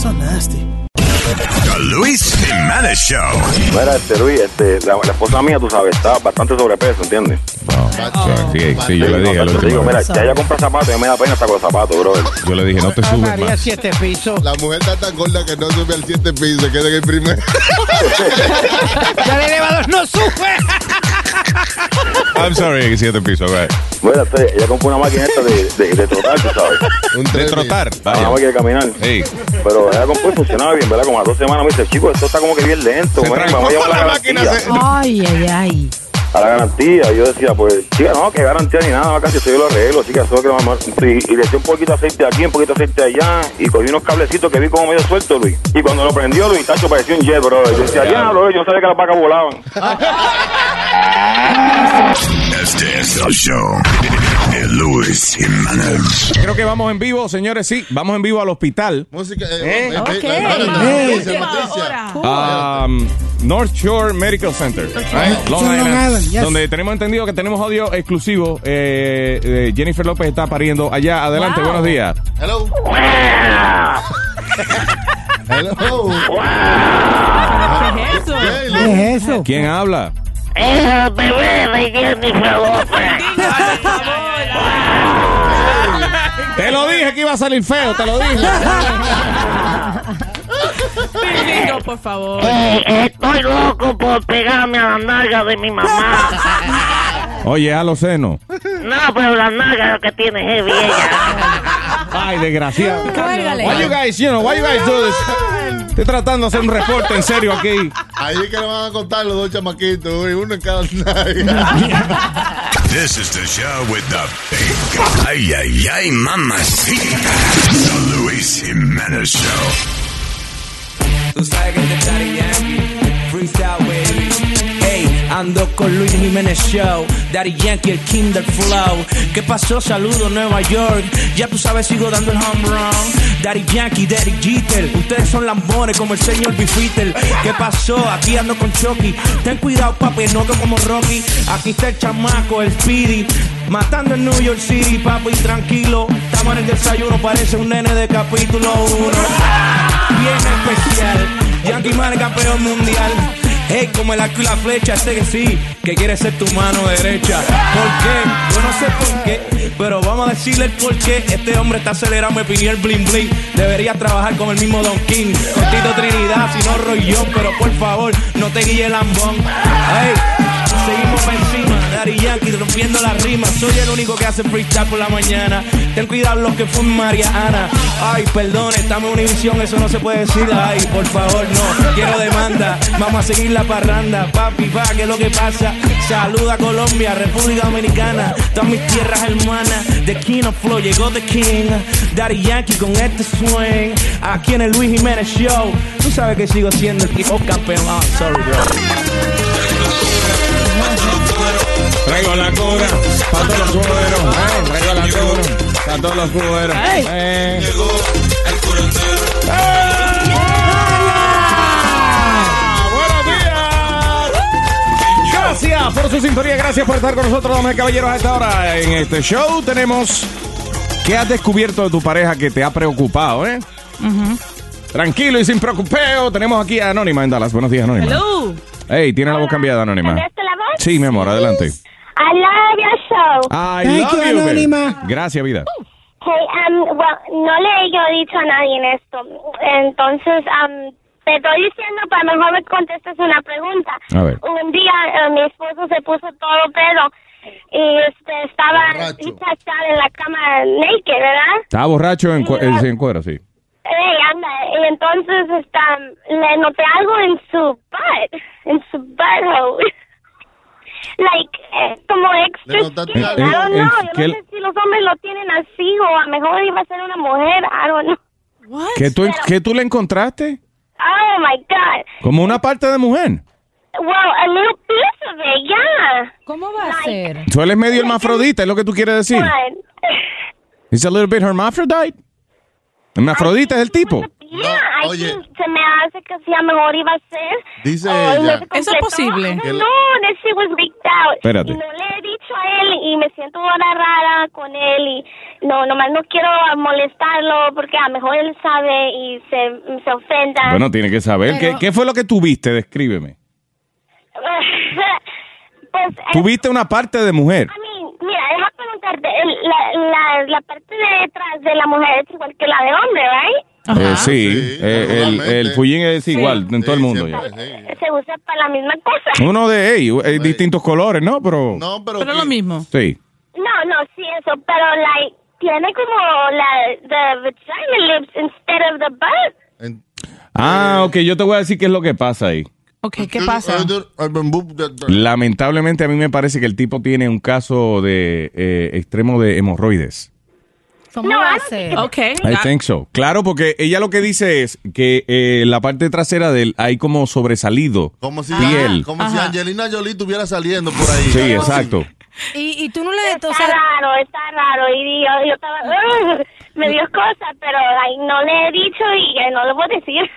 Son nasty.
The Luis Jiménez Show.
Mira, este Luis, este, la, la esposa mía, tú sabes, está bastante sobrepeso, ¿entiendes?
Sí, sí, yo le dije.
Te
la última
digo, mira,
vez.
ya ella compra zapatos, yo me da pena hasta con los zapatos, brother.
Yo le dije, no te subes más.
siete pisos. La mujer está tan gorda que no sube al siete piso, se queda en el [LAUGHS] primero.
Ya el elevador no sube.
I'm sorry, que siete piso, right.
Mira, este, ella compró una máquina esta de, de, de trotar, tú sabes.
De trotar,
Una
vaya.
máquina de caminar.
Sí.
Pero ella compró y funcionaba bien, ¿verdad? Como a dos semanas me dice, chico, esto está como que bien lento,
Se
man,
trancó
vamos a llamar a
la
la
máquina,
garantía.
Ay, ay, ay.
a la garantía. Yo decía, pues, chica, no, que garantía ni nada, casi yo lo arreglo, así que eso es lo que vamos a- sí, Y le eché un poquito de aceite aquí, un poquito de aceite allá, y cogí unos cablecitos que vi como medio suelto, Luis. Y cuando lo prendió, Luis, tacho, parecía un jet, bro. Yo decía, ya, bro, yo no sabía que las vacas volaban.
Este es el show de Luis Jiménez.
[LAUGHS] Creo que vamos en vivo, señores, sí. Vamos en vivo al hospital.
Música.
Eh,
ve- ve-
ok.
ve- espérate,
Eh.
Patricia, Patricia.
Uh.
Um, North Shore Medical Center, right? Long
Long
Island,
Island, yes.
donde tenemos entendido que tenemos audio exclusivo. Eh, eh, Jennifer López está pariendo allá. Adelante,
Wow.
buenos días.
Hello. Hello.
¿Qué es eso?
¿Quién habla?
Esa bebé de Jennifer López.
Te lo dije que iba a salir feo, te lo dije.
Dilo, por favor.
Eh, estoy loco por pegarme a la nalga de mi mamá.
[LAUGHS]
Oye, a los senos.
No, pero la nalga lo que tiene es heavy
Ay, desgraciado.
Cuélgale.
Why you guys, you know, why you guys do this? Estoy tratando de hacer un reporte en serio aquí.
Ahí es que le van a contar los dos chamaquitos, güey, uno en cada
[LAUGHS]
nalga.
This is the show with the big. Ay, ay, ay, mamacita. The Luis Jiménez Show.
Freestyle wey. Hey, ando con Luis Jiménez Show, Daddy Yankee, el King del Flow. ¿Qué pasó? Saludo Nueva York. Ya tú sabes, sigo dando el home run. Daddy Yankee, Daddy Jeter. Ustedes son lambones como el señor Bifitel. ¿Qué pasó? Aquí ando con Chucky. Ten cuidado, papi, no que como Rocky. Aquí está el chamaco, el Speedy. Matando en New York City, papi, tranquilo. Estamos en el desayuno, parece un nene de capítulo 1 bien especial. Yankee Man es campeón mundial. Hey, como el arco y la flecha, este que sí, que quiere ser tu mano derecha. ¿Por qué? Yo no sé por qué, pero vamos a decirle el por qué. Este hombre está acelerando, me pidió el bling bling. Debería trabajar con el mismo Don King, con Tito Trinidad, si no Roy John, pero por favor, no te guíe el lambón. Hey, seguimos para encima, Daddy Yankee rompiendo la rima. Soy el único que hace freestyle por la mañana. Ten cuidado los que fuman Mariana. Ay, perdón, estamos en Univisión, eso no se puede decir. Ay, por favor, no, quiero demanda. Vamos a seguir la parranda, papi, pa, que es lo que pasa. Saluda a Colombia, República Dominicana, todas mis tierras hermanas. The King of Flow, llegó The King. Daddy Yankee con este swing. Aquí en el Luis Jiménez Show. Tú sabes que sigo siendo el hip hop campeón. Ah, sorry, bro.
Traigo la cura para todos los cuberos. eh, Traigo la cura para todos los cuberos.
Ey.
eh. Gracias por su sintonía, gracias por estar con nosotros, damas y caballeros, a esta hora en este show. Tenemos qué has descubierto de tu pareja que te ha preocupado, ¿eh? Tranquilo y sin preocupeo, tenemos aquí a Anónima en Dallas. Buenos días, Anónima.
Hello.
Hey, tiene la voz cambiada, Anónima.
¿Cambiaste la voz?
Sí, mi amor, adelante.
I love your show.
I love you, baby. Gracias, vida.
Hey, um, well, no le he yo dicho a nadie en esto.
Eh,
Entonces, um, te estoy diciendo para mejor me contestes una pregunta.
A ver.
Un día eh, mi esposo se puso todo pedo y este, estaba chacha en la cama naked, ¿verdad?
Estaba borracho en, cu- eh, en cuero, sí.
Hey, anda. Y entonces esta, le noté algo en su butt, en su butthole. [LAUGHS] like, eh, como extra skin. I
Eh, eh,
don't
eh,
know.
que
Yo
él-
no sé si los hombres lo tienen así o a lo mejor iba a ser una mujer. I don't know.
¿Qué tú,
Pero-
¿Qué tú le encontraste?
oh, my God.
Como una parte de mujer.
Well, a little piece of it, yeah.
¿Cómo va a ser?
Tú eres medio hermafrodita, es lo que tú quieres decir.
[LAUGHS]
It's a little bit hermaphrodite. Hermafrodita es el tipo.
Yeah, I think se me hace que sí, a lo mejor iba a ser.
Dice
o no
ella-
se completó.
Eso es posible.
I don't
Que la-
know that she was leaked out.
Espérate.
Y pues, no le he dicho a él y me siento ahora rara con él y no, nomás no quiero molestarlo porque a lo mejor él sabe y se, se ofenda.
Bueno, tiene que saber.
Pero-
¿Qué, qué fue lo que tuviste? Descríbeme.
[LAUGHS] pues, eh,
Tuviste una parte de mujer.
I mean, mira, déjame preguntarte, el- la, la, la parte de detrás de la mujer es igual que la de hombre, ¿right?
Eh, sí, eh, el, el fullín es igual en todo el mundo. ya.
Se usa para la misma cosa.
Uno de ellos, eh, distintos colores, ¿no? Pero.
pero, lo mismo.
Sí.
No, no, sí, eso, pero like, tiene como la the vagina lips instead of the butt.
Ah, ok, yo te voy a decir qué es lo que pasa ahí.
Ok,
¿qué pasa?
Lamentablemente a mí me parece que el tipo tiene un caso de eh, extremo de hemorroides.
¿Cómo va a ser?
Ok.
I think so. Claro, porque ella lo que dice es que eh, la parte trasera de él hay como sobresalido
Como si,
piel.
Ah, como si Angelina Jolie estuviera saliendo por ahí.
Sí, exacto.
Y, y tú no le... Está raro, está raro, y yo, yo estaba... "Ugh", me dio cosas, pero like, no le he dicho y eh, no lo puedo decir.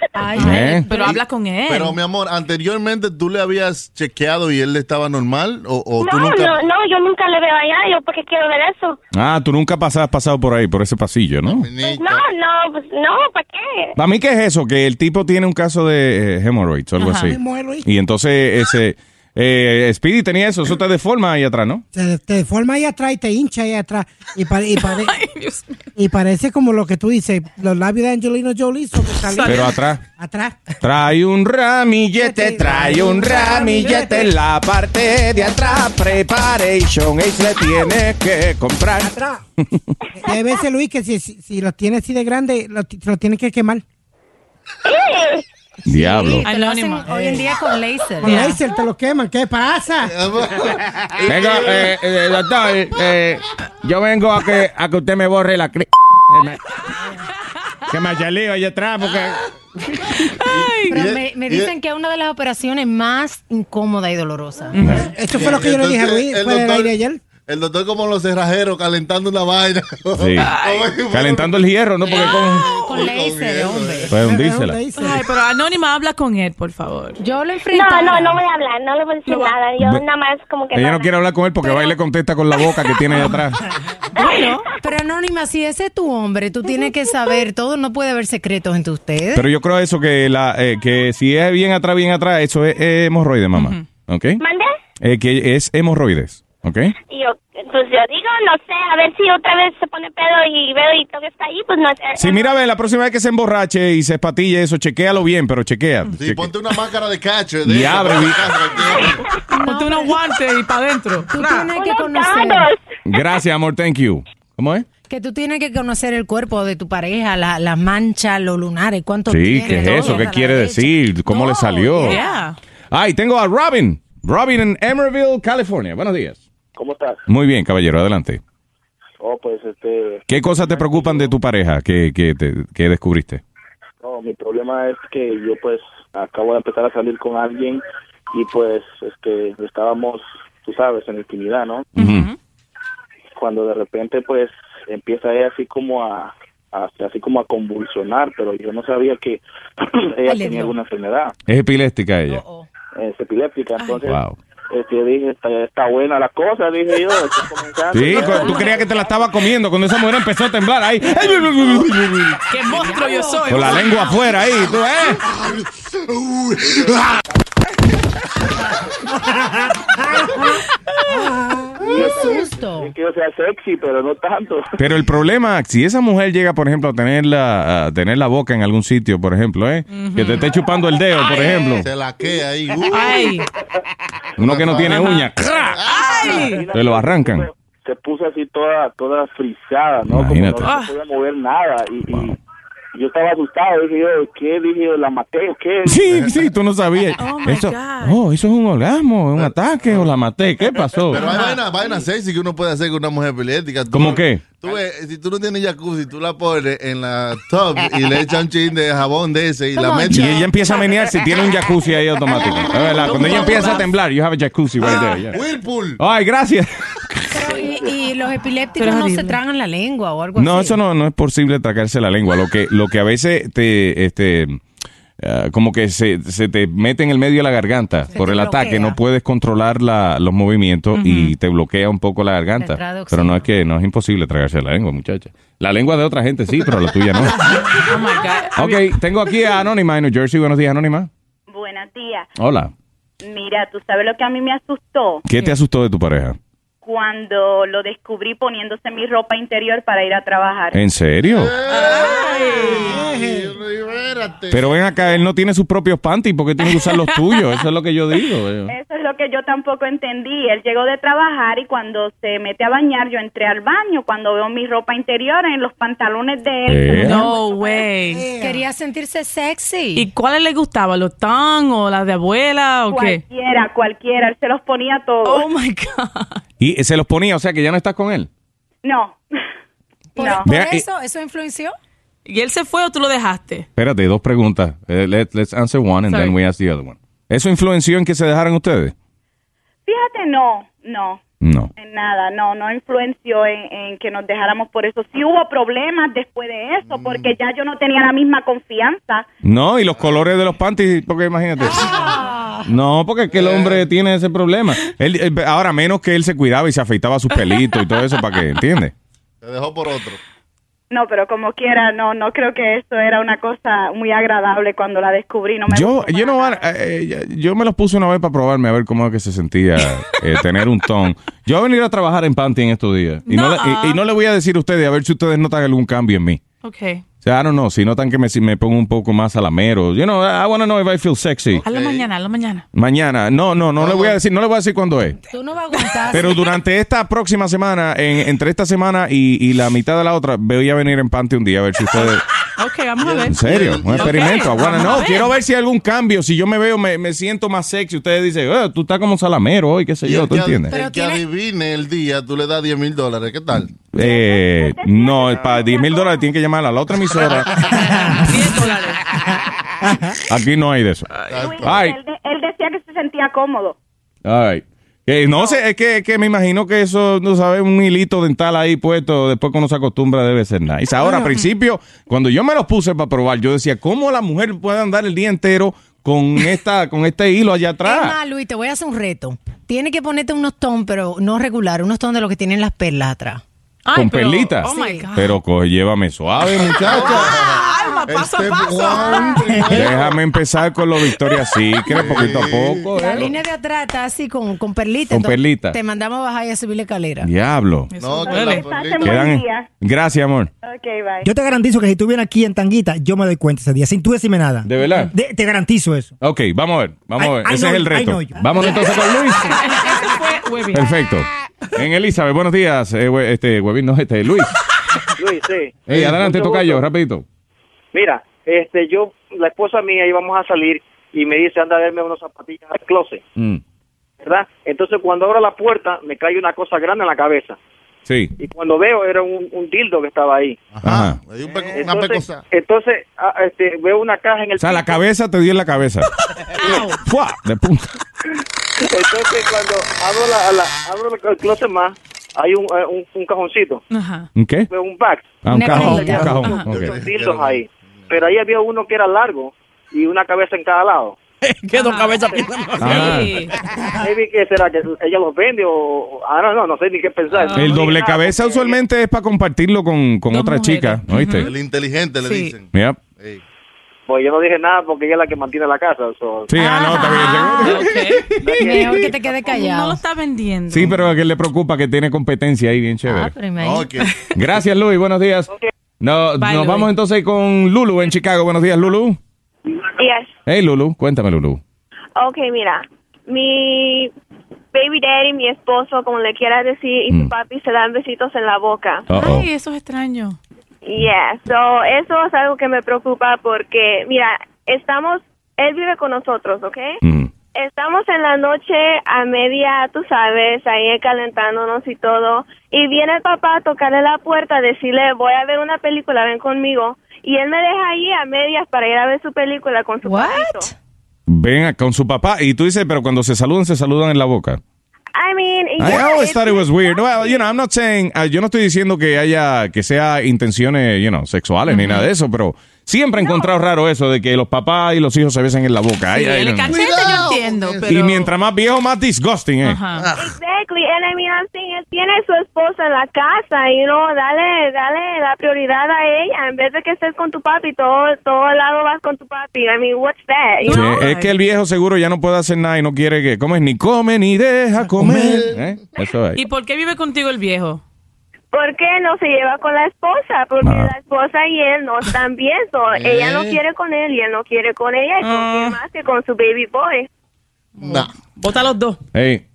¿Eh?
pero habla con él.
Pero mi amor, anteriormente tú le habías chequeado y él estaba normal o, o
no,
tú nunca.
no, no, yo nunca le veo allá, yo porque quiero ver eso.
Ah, tú nunca pas- has pasado por ahí, por ese pasillo, ¿no?
Pues, no, no, pues no, ¿para qué?
Para mí, ¿qué es eso? Que el tipo tiene un caso de eh, hemorrhoids o algo
Ajá.
así.
Hemorrhoids.
Y entonces ese... eh, Speedy tenía eso, eso te deforma ahí atrás, ¿no?
Te, te deforma ahí atrás y te hincha ahí atrás. Y, pare- y, pare- y parece como lo que tú dices, los labios de Angelina Jolie sobresaliendo.
Pero atrás.
Atrás.
Trae un ramillete, trae un ramillete en la parte de atrás. Preparation Ace le tiene que comprar.
Ah,
Atrás. Y hay veces, Luis, que si, si, si los tienes así de grande, los ti- los tienes que quemar.
Diablo.
Te lo hacen hoy en día con laser.
Con láser te lo queman. ¿Qué pasa?
Vengo, eh, eh, doctor, eh, yo vengo a que, a que usted me borre la cri- Eh, me- Que me haya lío allá atrás porque...
Pero me, me dicen que es una de las operaciones más incómodas y dolorosas. Esto fue lo que yo le dije a Luis
El
fuera del
doctor,
aire
el doctor como los cerrajeros calentando una vaina. [LAUGHS]
Sí. Calentando el hierro, ¿no? Porque con...
Con laser, hombre.
Pues hundírsela.
Ay, pero Anónima habla con él, por favor.
Yo lo
No, no, no voy a hablar, no le voy a decir nada, yo
Ve-
nada más como que...
Ella
no
no quiere hablar con él porque va y le contesta con la boca que tiene allá atrás.
Bueno, pero Anónima, si ese es tu hombre, tú tienes que saber todo. No puede haber secretos entre ustedes.
Pero yo creo eso, que la eh, que si es bien atrás, bien atrás, eso es, eh, hemorroides, mamá. ¿Ok?
¿Mande?
Eh, que es hemorroides. ¿Ok?
Y yo, pues yo digo, no sé, a ver si otra vez se pone pedo y veo y todo está ahí, pues no sé.
Sí, mira, ve, la próxima vez que se emborrache y se espatille eso, chequéalo bien, pero chequea.
Sí, ponte una máscara de cacho.
Y abre, vi-
Ponte unos guantes y para adentro.
Tú tienes que
Unos
conocer.
Gracias, amor, thank you. ¿Cómo es?
Que tú tienes que conocer el cuerpo de tu pareja, la- las manchas, los lunares, cuánto
Sí,
tiene,
¿qué es
todo.
eso? ¿Qué quiere decir? ¿Cómo le salió?
yeah.
Ay, tengo a Robin. Robin en Emerville, California. Buenos días.
¿Cómo estás?
Muy bien, caballero, adelante.
Oh, pues este,
¿Qué cosas te preocupan de tu pareja que, que, te- que descubriste?
no, mi problema es que yo pues acabo de empezar a salir con alguien
y pues este estábamos, tú sabes, en intimidad, ¿no? Cuando de repente pues empieza ella así como a, a- así como a convulsionar, pero yo no sabía que [CLEARS THROAT] ella
le
tenía
dio.
alguna enfermedad
Es epiléptica ella.
eh, es epiléptica, entonces
Wow.
este, yo dije, está, está buena la cosa, dije yo, está comenzando.
Sí,
Ya.
cu- tú creías que te la estaba comiendo cuando esa mujer empezó a temblar ahí.
¡Qué monstruo yo soy!
Con la lengua afuera ahí, tú, ¿eh?
¡Qué susto!
Es que yo sea sexy, pero no tanto.
Pero el problema, si esa mujer llega, por ejemplo, a tener la, a tener la boca en algún sitio, por ejemplo, ¿eh? Que te esté chupando el dedo, por
Se
ejemplo.
laquea ahí.
¡Ay!
Uno que no tiene
Ajá.
uña, ¡cra!
[LAUGHS]
¡Ay!
te lo arrancan.
Se puso así toda, toda frisada, ¿no?
Imagínate.
Como no se podía mover nada. Y, y yo estaba asustado, dije yo, ¿qué? Dije yo, ¿la maté o qué?
Sí, sí, tú no sabías. eso, oh, eso es un orgasmo, un ataque, o la maté. ¿Qué pasó?
Pero hay vainas vaina sexy que uno puede hacer con una mujer epiléptica. Tú-
¿Cómo qué?
Tú ves, si tú no tienes jacuzzi, tú la pones en la tub y le echas un chin de jabón de ese y la Ah. metes.
Y ella empieza a menear si tiene un jacuzzi ahí automático. Es verdad, cuando ella empieza a temblar, you have a jacuzzi right there.
Ah,
yeah.
Whirlpool.
Ay, gracias.
Pero, y, y los epilépticos
Pero es
no se
horrible.
tragan la lengua o algo
No,
así.
eso no, no es posible tragarse la lengua. Lo que, lo que a veces te, este, ah, como que se, se te mete en el medio de la garganta por el ataque, no puedes controlar la- los movimientos y te bloquea un poco la garganta.
entrada de oxígeno.
pero no es que no es imposible tragarse la lengua, muchacha. La lengua de otra gente sí, pero la tuya
[LAUGHS]
no.
Oh my God.
ok, tengo aquí a Anónima en New Jersey. Buenos días, Anónima.
Buenos días.
Hola.
Mira, tú sabes lo que a mí me asustó
¿Qué te asustó de tu pareja?
cuando lo descubrí poniéndose mi ropa interior para ir a trabajar.
¿En serio?
Libérate.
Pero ven acá, él no tiene sus propios panties porque tiene que usar los tuyos. Eso es lo que yo digo.
Eso es lo que yo tampoco entendí. Él llegó de trabajar y cuando se mete a bañar, yo entré al baño. Cuando veo mi ropa interior en los pantalones de él.
Eh.
No way.
Quería sentirse sexy.
[LAUGHS] ¿Y cuáles le gustaba? ¿Los tan o las de abuela o qué?
Cualquiera, cualquiera. Él se los ponía todos.
Oh my God.
Y se los ponía, o sea que ya no estás con él.
No.
[LAUGHS] ¿Por,
No.
por
Vea, y-
eso? ¿Eso influenció?
¿Y él se fue o tú lo dejaste?
Espérate, dos preguntas. Eh, let- let's answer one and
Sorry.
then we ask the other one. ¿Eso influenció en que se dejaran ustedes?
Fíjate, no, no.
No.
En nada, no, no influenció en, en que nos dejáramos por eso. Sí hubo problemas después de
Mm.
eso, porque ya yo no tenía la misma confianza.
No, y los colores de los panties, porque imagínate. No, porque es que el hombre tiene ese problema. Él, eh, ahora menos que él se cuidaba y se afeitaba sus pelitos y todo eso para que, ¿entiendes?
Te dejó por otro.
No, pero como quiera, no, no creo que eso era una cosa muy agradable cuando la descubrí. No me
Yo, yo no, van- eh, eh, yo me los puse una vez para probarme a ver cómo es que se sentía eh, tener un ton. Yo voy a venir a trabajar en panty en estos días. Y no, le,
ah.
y- y no le voy a decir a ustedes a ver si ustedes notan algún cambio en mí.
Ok.
O sea, I don't know, si notan que me, si me pongo un poco más alamero. You know, I want to know if I feel sexy.
Hazlo mañana, hazlo mañana.
Mañana. No, no, no le voy a decir, no le voy a decir cuándo es.
Tú no vas a aguantar.
Pero durante esta próxima semana, en- entre esta semana y, y la mitad de la otra, voy a venir en Panty un día a ver si ustedes.
Ok, vamos a ver.
En serio, un
Ok,
experimento.
vamos
Bueno,
a
no,
ver.
quiero ver si hay algún cambio. Si yo me veo, me, me siento más sexy. Ustedes dicen, "Eh, tú estás como salamero hoy, qué sé yo, ¿tú
Que-
entiendes?
el que adivine el día, tú le das 10 mil dólares. ¿Qué tal?
Eh, no, para 10 mil dólares tienen que llamar a la otra [LAUGHS] emisora. Aquí no hay de eso. Ay,
él, de- él decía que se sentía cómodo.
All right. Eh, no sé, es que, es que me imagino que eso, no sabes, un hilito dental ahí puesto, después cuando se acostumbra debe ser nice. Ahora, al principio, cuando yo me los puse para probar, yo decía, ¿cómo la mujer puede andar el día entero con esta con este hilo allá
Es
atrás?
más, Luis, te voy a hacer un reto. Tienes que ponerte unos ton, pero no regular, unos ton de los que tienen las perlas atrás.
con perlitas. Pero coge, llévame suave, [LAUGHS] muchacha. Este
Alma, paso a
[LAUGHS]
paso.
Déjame empezar con los Victoria Secret, poquito a poco.
La
eh.
línea de atrás está así con, con perlitas.
Con
Entonces,
perlitas.
Te mandamos a bajar y a subir la escalera.
Diablo.
No, que
duele.
la perlita-
Quedan-
día.
Gracias, amor.
Yo te garantizo que si estuviera aquí en Tanguita, yo me doy cuenta ese día, sin tú decirme nada.
¿De verdad?
De- te garantizo eh. eso.
Ok, vamos a ver, vamos a ver.
I
Ese
know
es
you,
el
I
reto.
know you.
Vamos entonces
[LAUGHS]
con Luis.
Ese fue Webby.
Perfecto. En Elizabeth, buenos días. Eh, we- este, Webin, no, este, Luis.
Luis, sí.
Ey, adelante,
Mucho
tocayo,
gusto.
rapidito.
Mira, este, yo, la esposa mía íbamos a salir y me dice, anda a verme unos zapatillas al closet,
mm,
¿verdad? Entonces, cuando abro la puerta, me cae una cosa grande en la cabeza.
Sí.
Y cuando veo, era un, un dildo que estaba ahí.
Ajá.
Entonces, entonces ah, este, veo una caja en el...
O sea, la
piso.
[LAUGHS] cabeza te dio en la cabeza. ¡Fua! De punta.
Entonces, cuando abro, la, la- abro la- el closet más, hay un, eh, un, un cajoncito.
Ajá.
¿Un qué?
Un bag.
Ah, un cajón. Un
Tenía
cajón.
muchos
ok.
dildos ahí. Pero ahí había uno que era largo y una cabeza en cada
[LAUGHS]
lado.
¿Qué dos cabezas piensan?
Ah.
Maybe, ¿Qué será? ¿Que ella los vende o...? Ah, no, no, no sé ni qué pensar.
El doble
Nada,
cabeza usualmente es para compartirlo con, con otra chica, ¿oíste?
El inteligente le
Sí.
dicen.
Yep.
Pues yo no dije nada porque ella es la que mantiene la casa. so-
Sí, ah, no, está bien.
Mejor que te quede callado.
No lo está vendiendo.
Sí, pero a que le preocupa que tiene competencia ahí bien
Ah,
chévere.
pues.
Gracias, Luis. Buenos días. No,
Bye,
nos
Luis.
vamos entonces con Lulu en Chicago. Buenos días, Lulu.
Yes.
Hey, Lulu. Cuéntame, Lulu.
Okay, mira, mi baby daddy, mi esposo, como le quiera decir, y su papi se dan besitos en la boca.
Uh-oh.
Ay, eso es extraño.
Yeah, so eso es algo que me preocupa porque, mira, estamos, él vive con nosotros, ¿ok? Estamos en la noche a media, tú sabes, ahí calentándonos y todo, y viene el papá a tocarle la puerta, a decirle, voy a ver una película, ven conmigo, y él me deja ahí a medias para ir a ver su película con su perrito.
Ven a- con su papá. Y tú dices, pero cuando se saludan, se saludan en la boca.
I mean,
I
yeah,
always
it's-
thought it was weird. Well, you know, I'm not saying, ah, yo no estoy diciendo que haya, que sea intenciones, you know, sexuales ni nada de eso, pero siempre he encontrado raro eso de que los papás y los hijos se besen en la boca. Ay,
Sí,
ay,
el
no, no.
cachete yo entiendo, pero...
Y mientras más viejo, más disgusting, eh.
Ajá.
Exactly, and I mean, I'm saying, él tiene a su esposa en la casa, y no, dale, dale la prioridad a ella, en vez de que estés con tu papi, todo, todo lado vas con tu papi, I mean, what's that, you
Sí,
know?
es que el viejo seguro ya no puede hacer nada y no quiere que comes ni come ni deja comer. ¿eh? Eso es.
¿Y por qué vive contigo el viejo?
¿Por qué no se lleva con la esposa? Porque
Ah.
la esposa y él no están bien, so, ella no quiere con él y él no quiere con ella, y con
Ah.
quién más que con su baby boy.
Vota los dos.
Ey.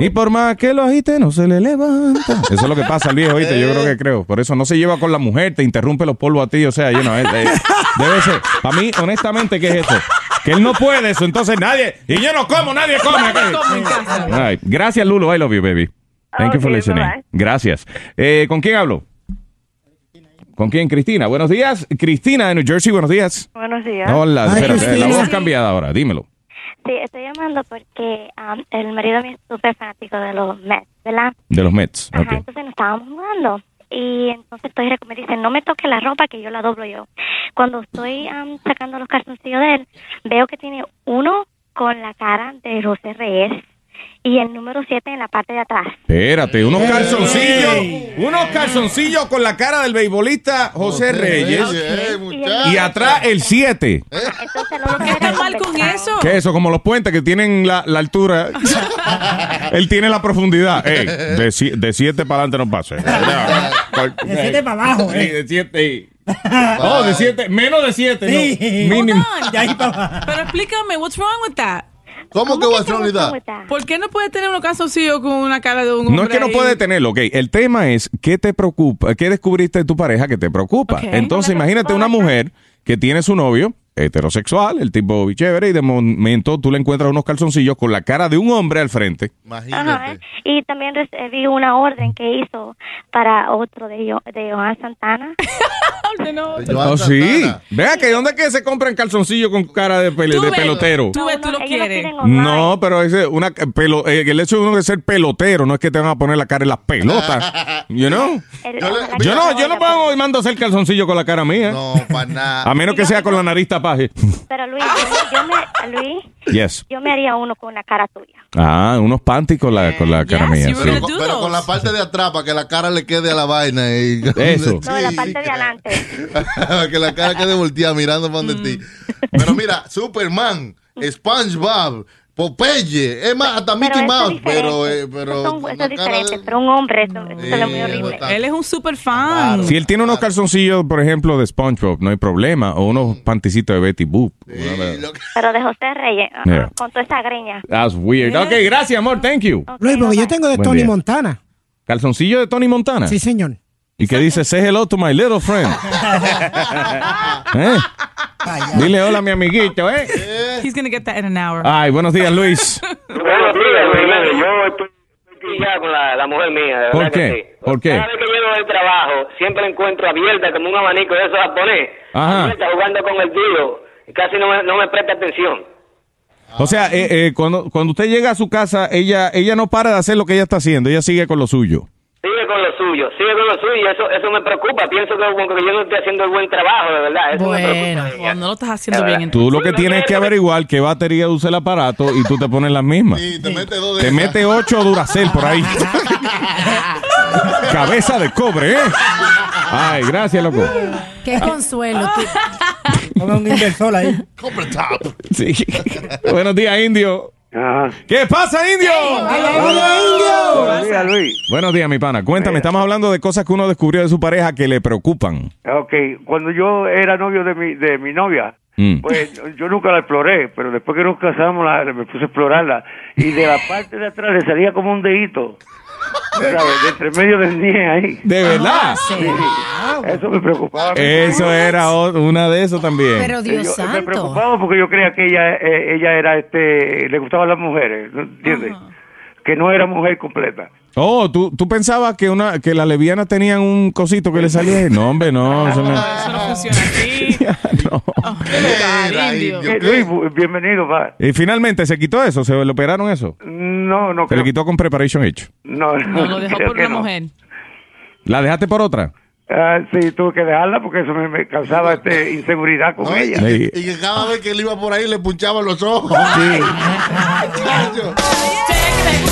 Y por más que lo agite, no se le levanta. Eso es lo que pasa al viejo, ¿oíste? Yo creo que creo. Por eso no se lleva con la mujer, te interrumpe los polvos a ti. O sea, yo no. eh, debe ser. Para mí, honestamente, ¿qué es esto? Que él no puede eso, entonces nadie. Y yo no como, nadie come. aquí. Ay, Gracias, Lulo. I love you, baby. Thank you for listening. Gracias. Eh, ¿Con quién hablo? ¿Con quién? Cristina. Buenos días. Cristina de New Jersey, buenos días.
Buenos días.
Hola, espérate, la
Cristina.
voz cambiada ahora, dímelo.
Sí, estoy llamando porque um, el marido mío es súper fanático de los Mets, ¿verdad?
De los Mets.
Ajá,
Ok.
entonces nos estábamos jugando. Y entonces estoy rec- me dice, no me toque la ropa que yo la doblo yo. Cuando estoy um, sacando los calzoncillos de él, veo que tiene uno con la cara de José Reyes y el número 7 en la parte de atrás.
Espérate, unos calzoncillos, unos calzoncillos con la cara del beisbolista José Reyes y atrás el 7.
Eh.
¿Qué
está mal con eso? [LAUGHS]
¿Qué es eso? Como los puentes que tienen la, la altura. Él tiene la profundidad. Ey, de 7 para adelante
[LAUGHS]
no pase.
De siete para abajo,
Sí,
eh.
de siete. Oh, de 7, menos de 7,
Sí.
no. Mínimo.
Hold on. Pero explícame, what's wrong with that?
¿Cómo que what's wrong with that?
¿Por qué no puede tener unos calzoncillos con una cara de un hombre
No es que no
ahí?
puede tenerlo, ok. El tema es qué te preocupa, qué descubriste de tu pareja que te preocupa.
Ok.
Entonces, imagínate una mujer que tiene su novio heterosexual, el tipo chévere, y de momento tú le encuentras unos calzoncillos con la cara de un hombre al frente.
Ajá. Y también recibí una orden que hizo para otro de, yo, de Joan Santana.
Oh, sí. Vea que ¿dónde es que se compran calzoncillos con cara de, pele- de pelotero?
Tú ves, tú lo quieres.
No, pero ese, una pelo, eh, el hecho de uno de ser pelotero no es que te van a poner la cara en las pelotas. You know? Yo no, yo no puedo mando a hacer calzoncillo con la cara mía. No, para nada. A menos que sea con la nariz tapaje.
Pero Luis, yo, yo me, Luis,
Yes.
yo me haría uno con la cara tuya.
Ah, unos panties con la, con la cara mía. sí.
Pero, con- pero con la parte de atrás, para que la cara le quede a la vaina. Y...
Eso.
No, la parte de adelante.
[LAUGHS] que la cara quede volteada mirando para donde ti. Pero mira, Superman, SpongeBob, Popeye, es más, hasta Mickey Mouse. Pero, eh, pero.
Son- eso es diferente, pero un hombre, eso, eso es muy horrible.
Él es un super fan.
Si él tiene unos calzoncillos, por ejemplo, de SpongeBob, no hay problema. O unos panticitos de Betty Boop.
Pero de José Reyes, ah,
Yeah.
con toda esa greña.
That's weird. Ok, gracias, amor. Thank you.
Luis, porque yo tengo de
Buen
Tony
día.
Montana.
Calzoncillo de Tony Montana.
Sí, señor.
Y que dice, say hello to my little
[LAUGHS]
friend. ¿Eh? Dile hola a mi amiguito, ¿eh?
He's gonna get that in an hour.
Ay, buenos días, Luis.
Buenos días, primero. Yo estoy estoy pillado con la, la mujer mía. de
¿Por
verdad que sí.
qué? ¿Por qué?
Cada vez que llego del trabajo, siempre la encuentro abierta como un abanico de esos japonés.
Ajá.
Abierta, jugando con el dedo. Casi no me, no me presta atención.
O sea, eh, eh, cuando, cuando usted llega a su casa, ella ella no para de hacer lo que ella está haciendo, ella sigue con lo suyo.
Sigue con lo suyo, sigue con lo suyo y eso, eso me preocupa. Pienso que, como que yo no estoy haciendo el buen trabajo, de verdad. Eso me preocupa.
Bueno, cuando lo estás haciendo bien.
Tú lo que tienes es que averiguar qué batería usa el aparato y tú te pones las mismas.
te mete dos
Te mete ocho Duracel por ahí.
Ah.
Cabeza de cobre, ¿eh? Ay, gracias, loco.
Qué consuelo.
Ponga un inversor ahí.
Compra top.
Sí. Buenos días, Indio. ¿Qué pasa, Indio?
Buenos días, Luis.
Buenos días, mi pana. Cuéntame, estamos hablando de cosas que uno descubrió de su pareja que le preocupan.
Ok, cuando yo era novio de mi, de mi novia,
Mm.
pues [LAUGHS] yo nunca la exploré, pero después que nos casamos la- me puse a explorarla y de la parte de atrás le salía como un dedito. ¿Sabes? De entre medio del nie ahí.
¿De verdad?
Sí. Eso me preocupaba.
Eso era o- una de eso también.
Yo- eh, Me preocupaba porque yo creía que ella, eh, ella era, este, le gustaban las mujeres, ¿no ¿entiendes? Que no era mujer completa.
Oh, ¿tú, tú pensabas que una que las lesbianas tenían un cosito que le salía? No, hombre, no. Eso
[LAUGHS]
no. [LAUGHS]
Ah,
no funciona así. Eh, Luis, bu- bienvenido, va.
Y finalmente se quitó eso, se le operaron eso.
No, no
Se le
creo.
quitó con preparation hecho.
No,
No lo dejó
creo
por
que
una
no.
mujer.
¿La dejaste por otra?
Ah, sí, tuve que dejarla porque eso me, me causaba este, inseguridad con ella.
Sí.
Y que cada vez que él iba por ahí le punchaba los ojos. Chacho.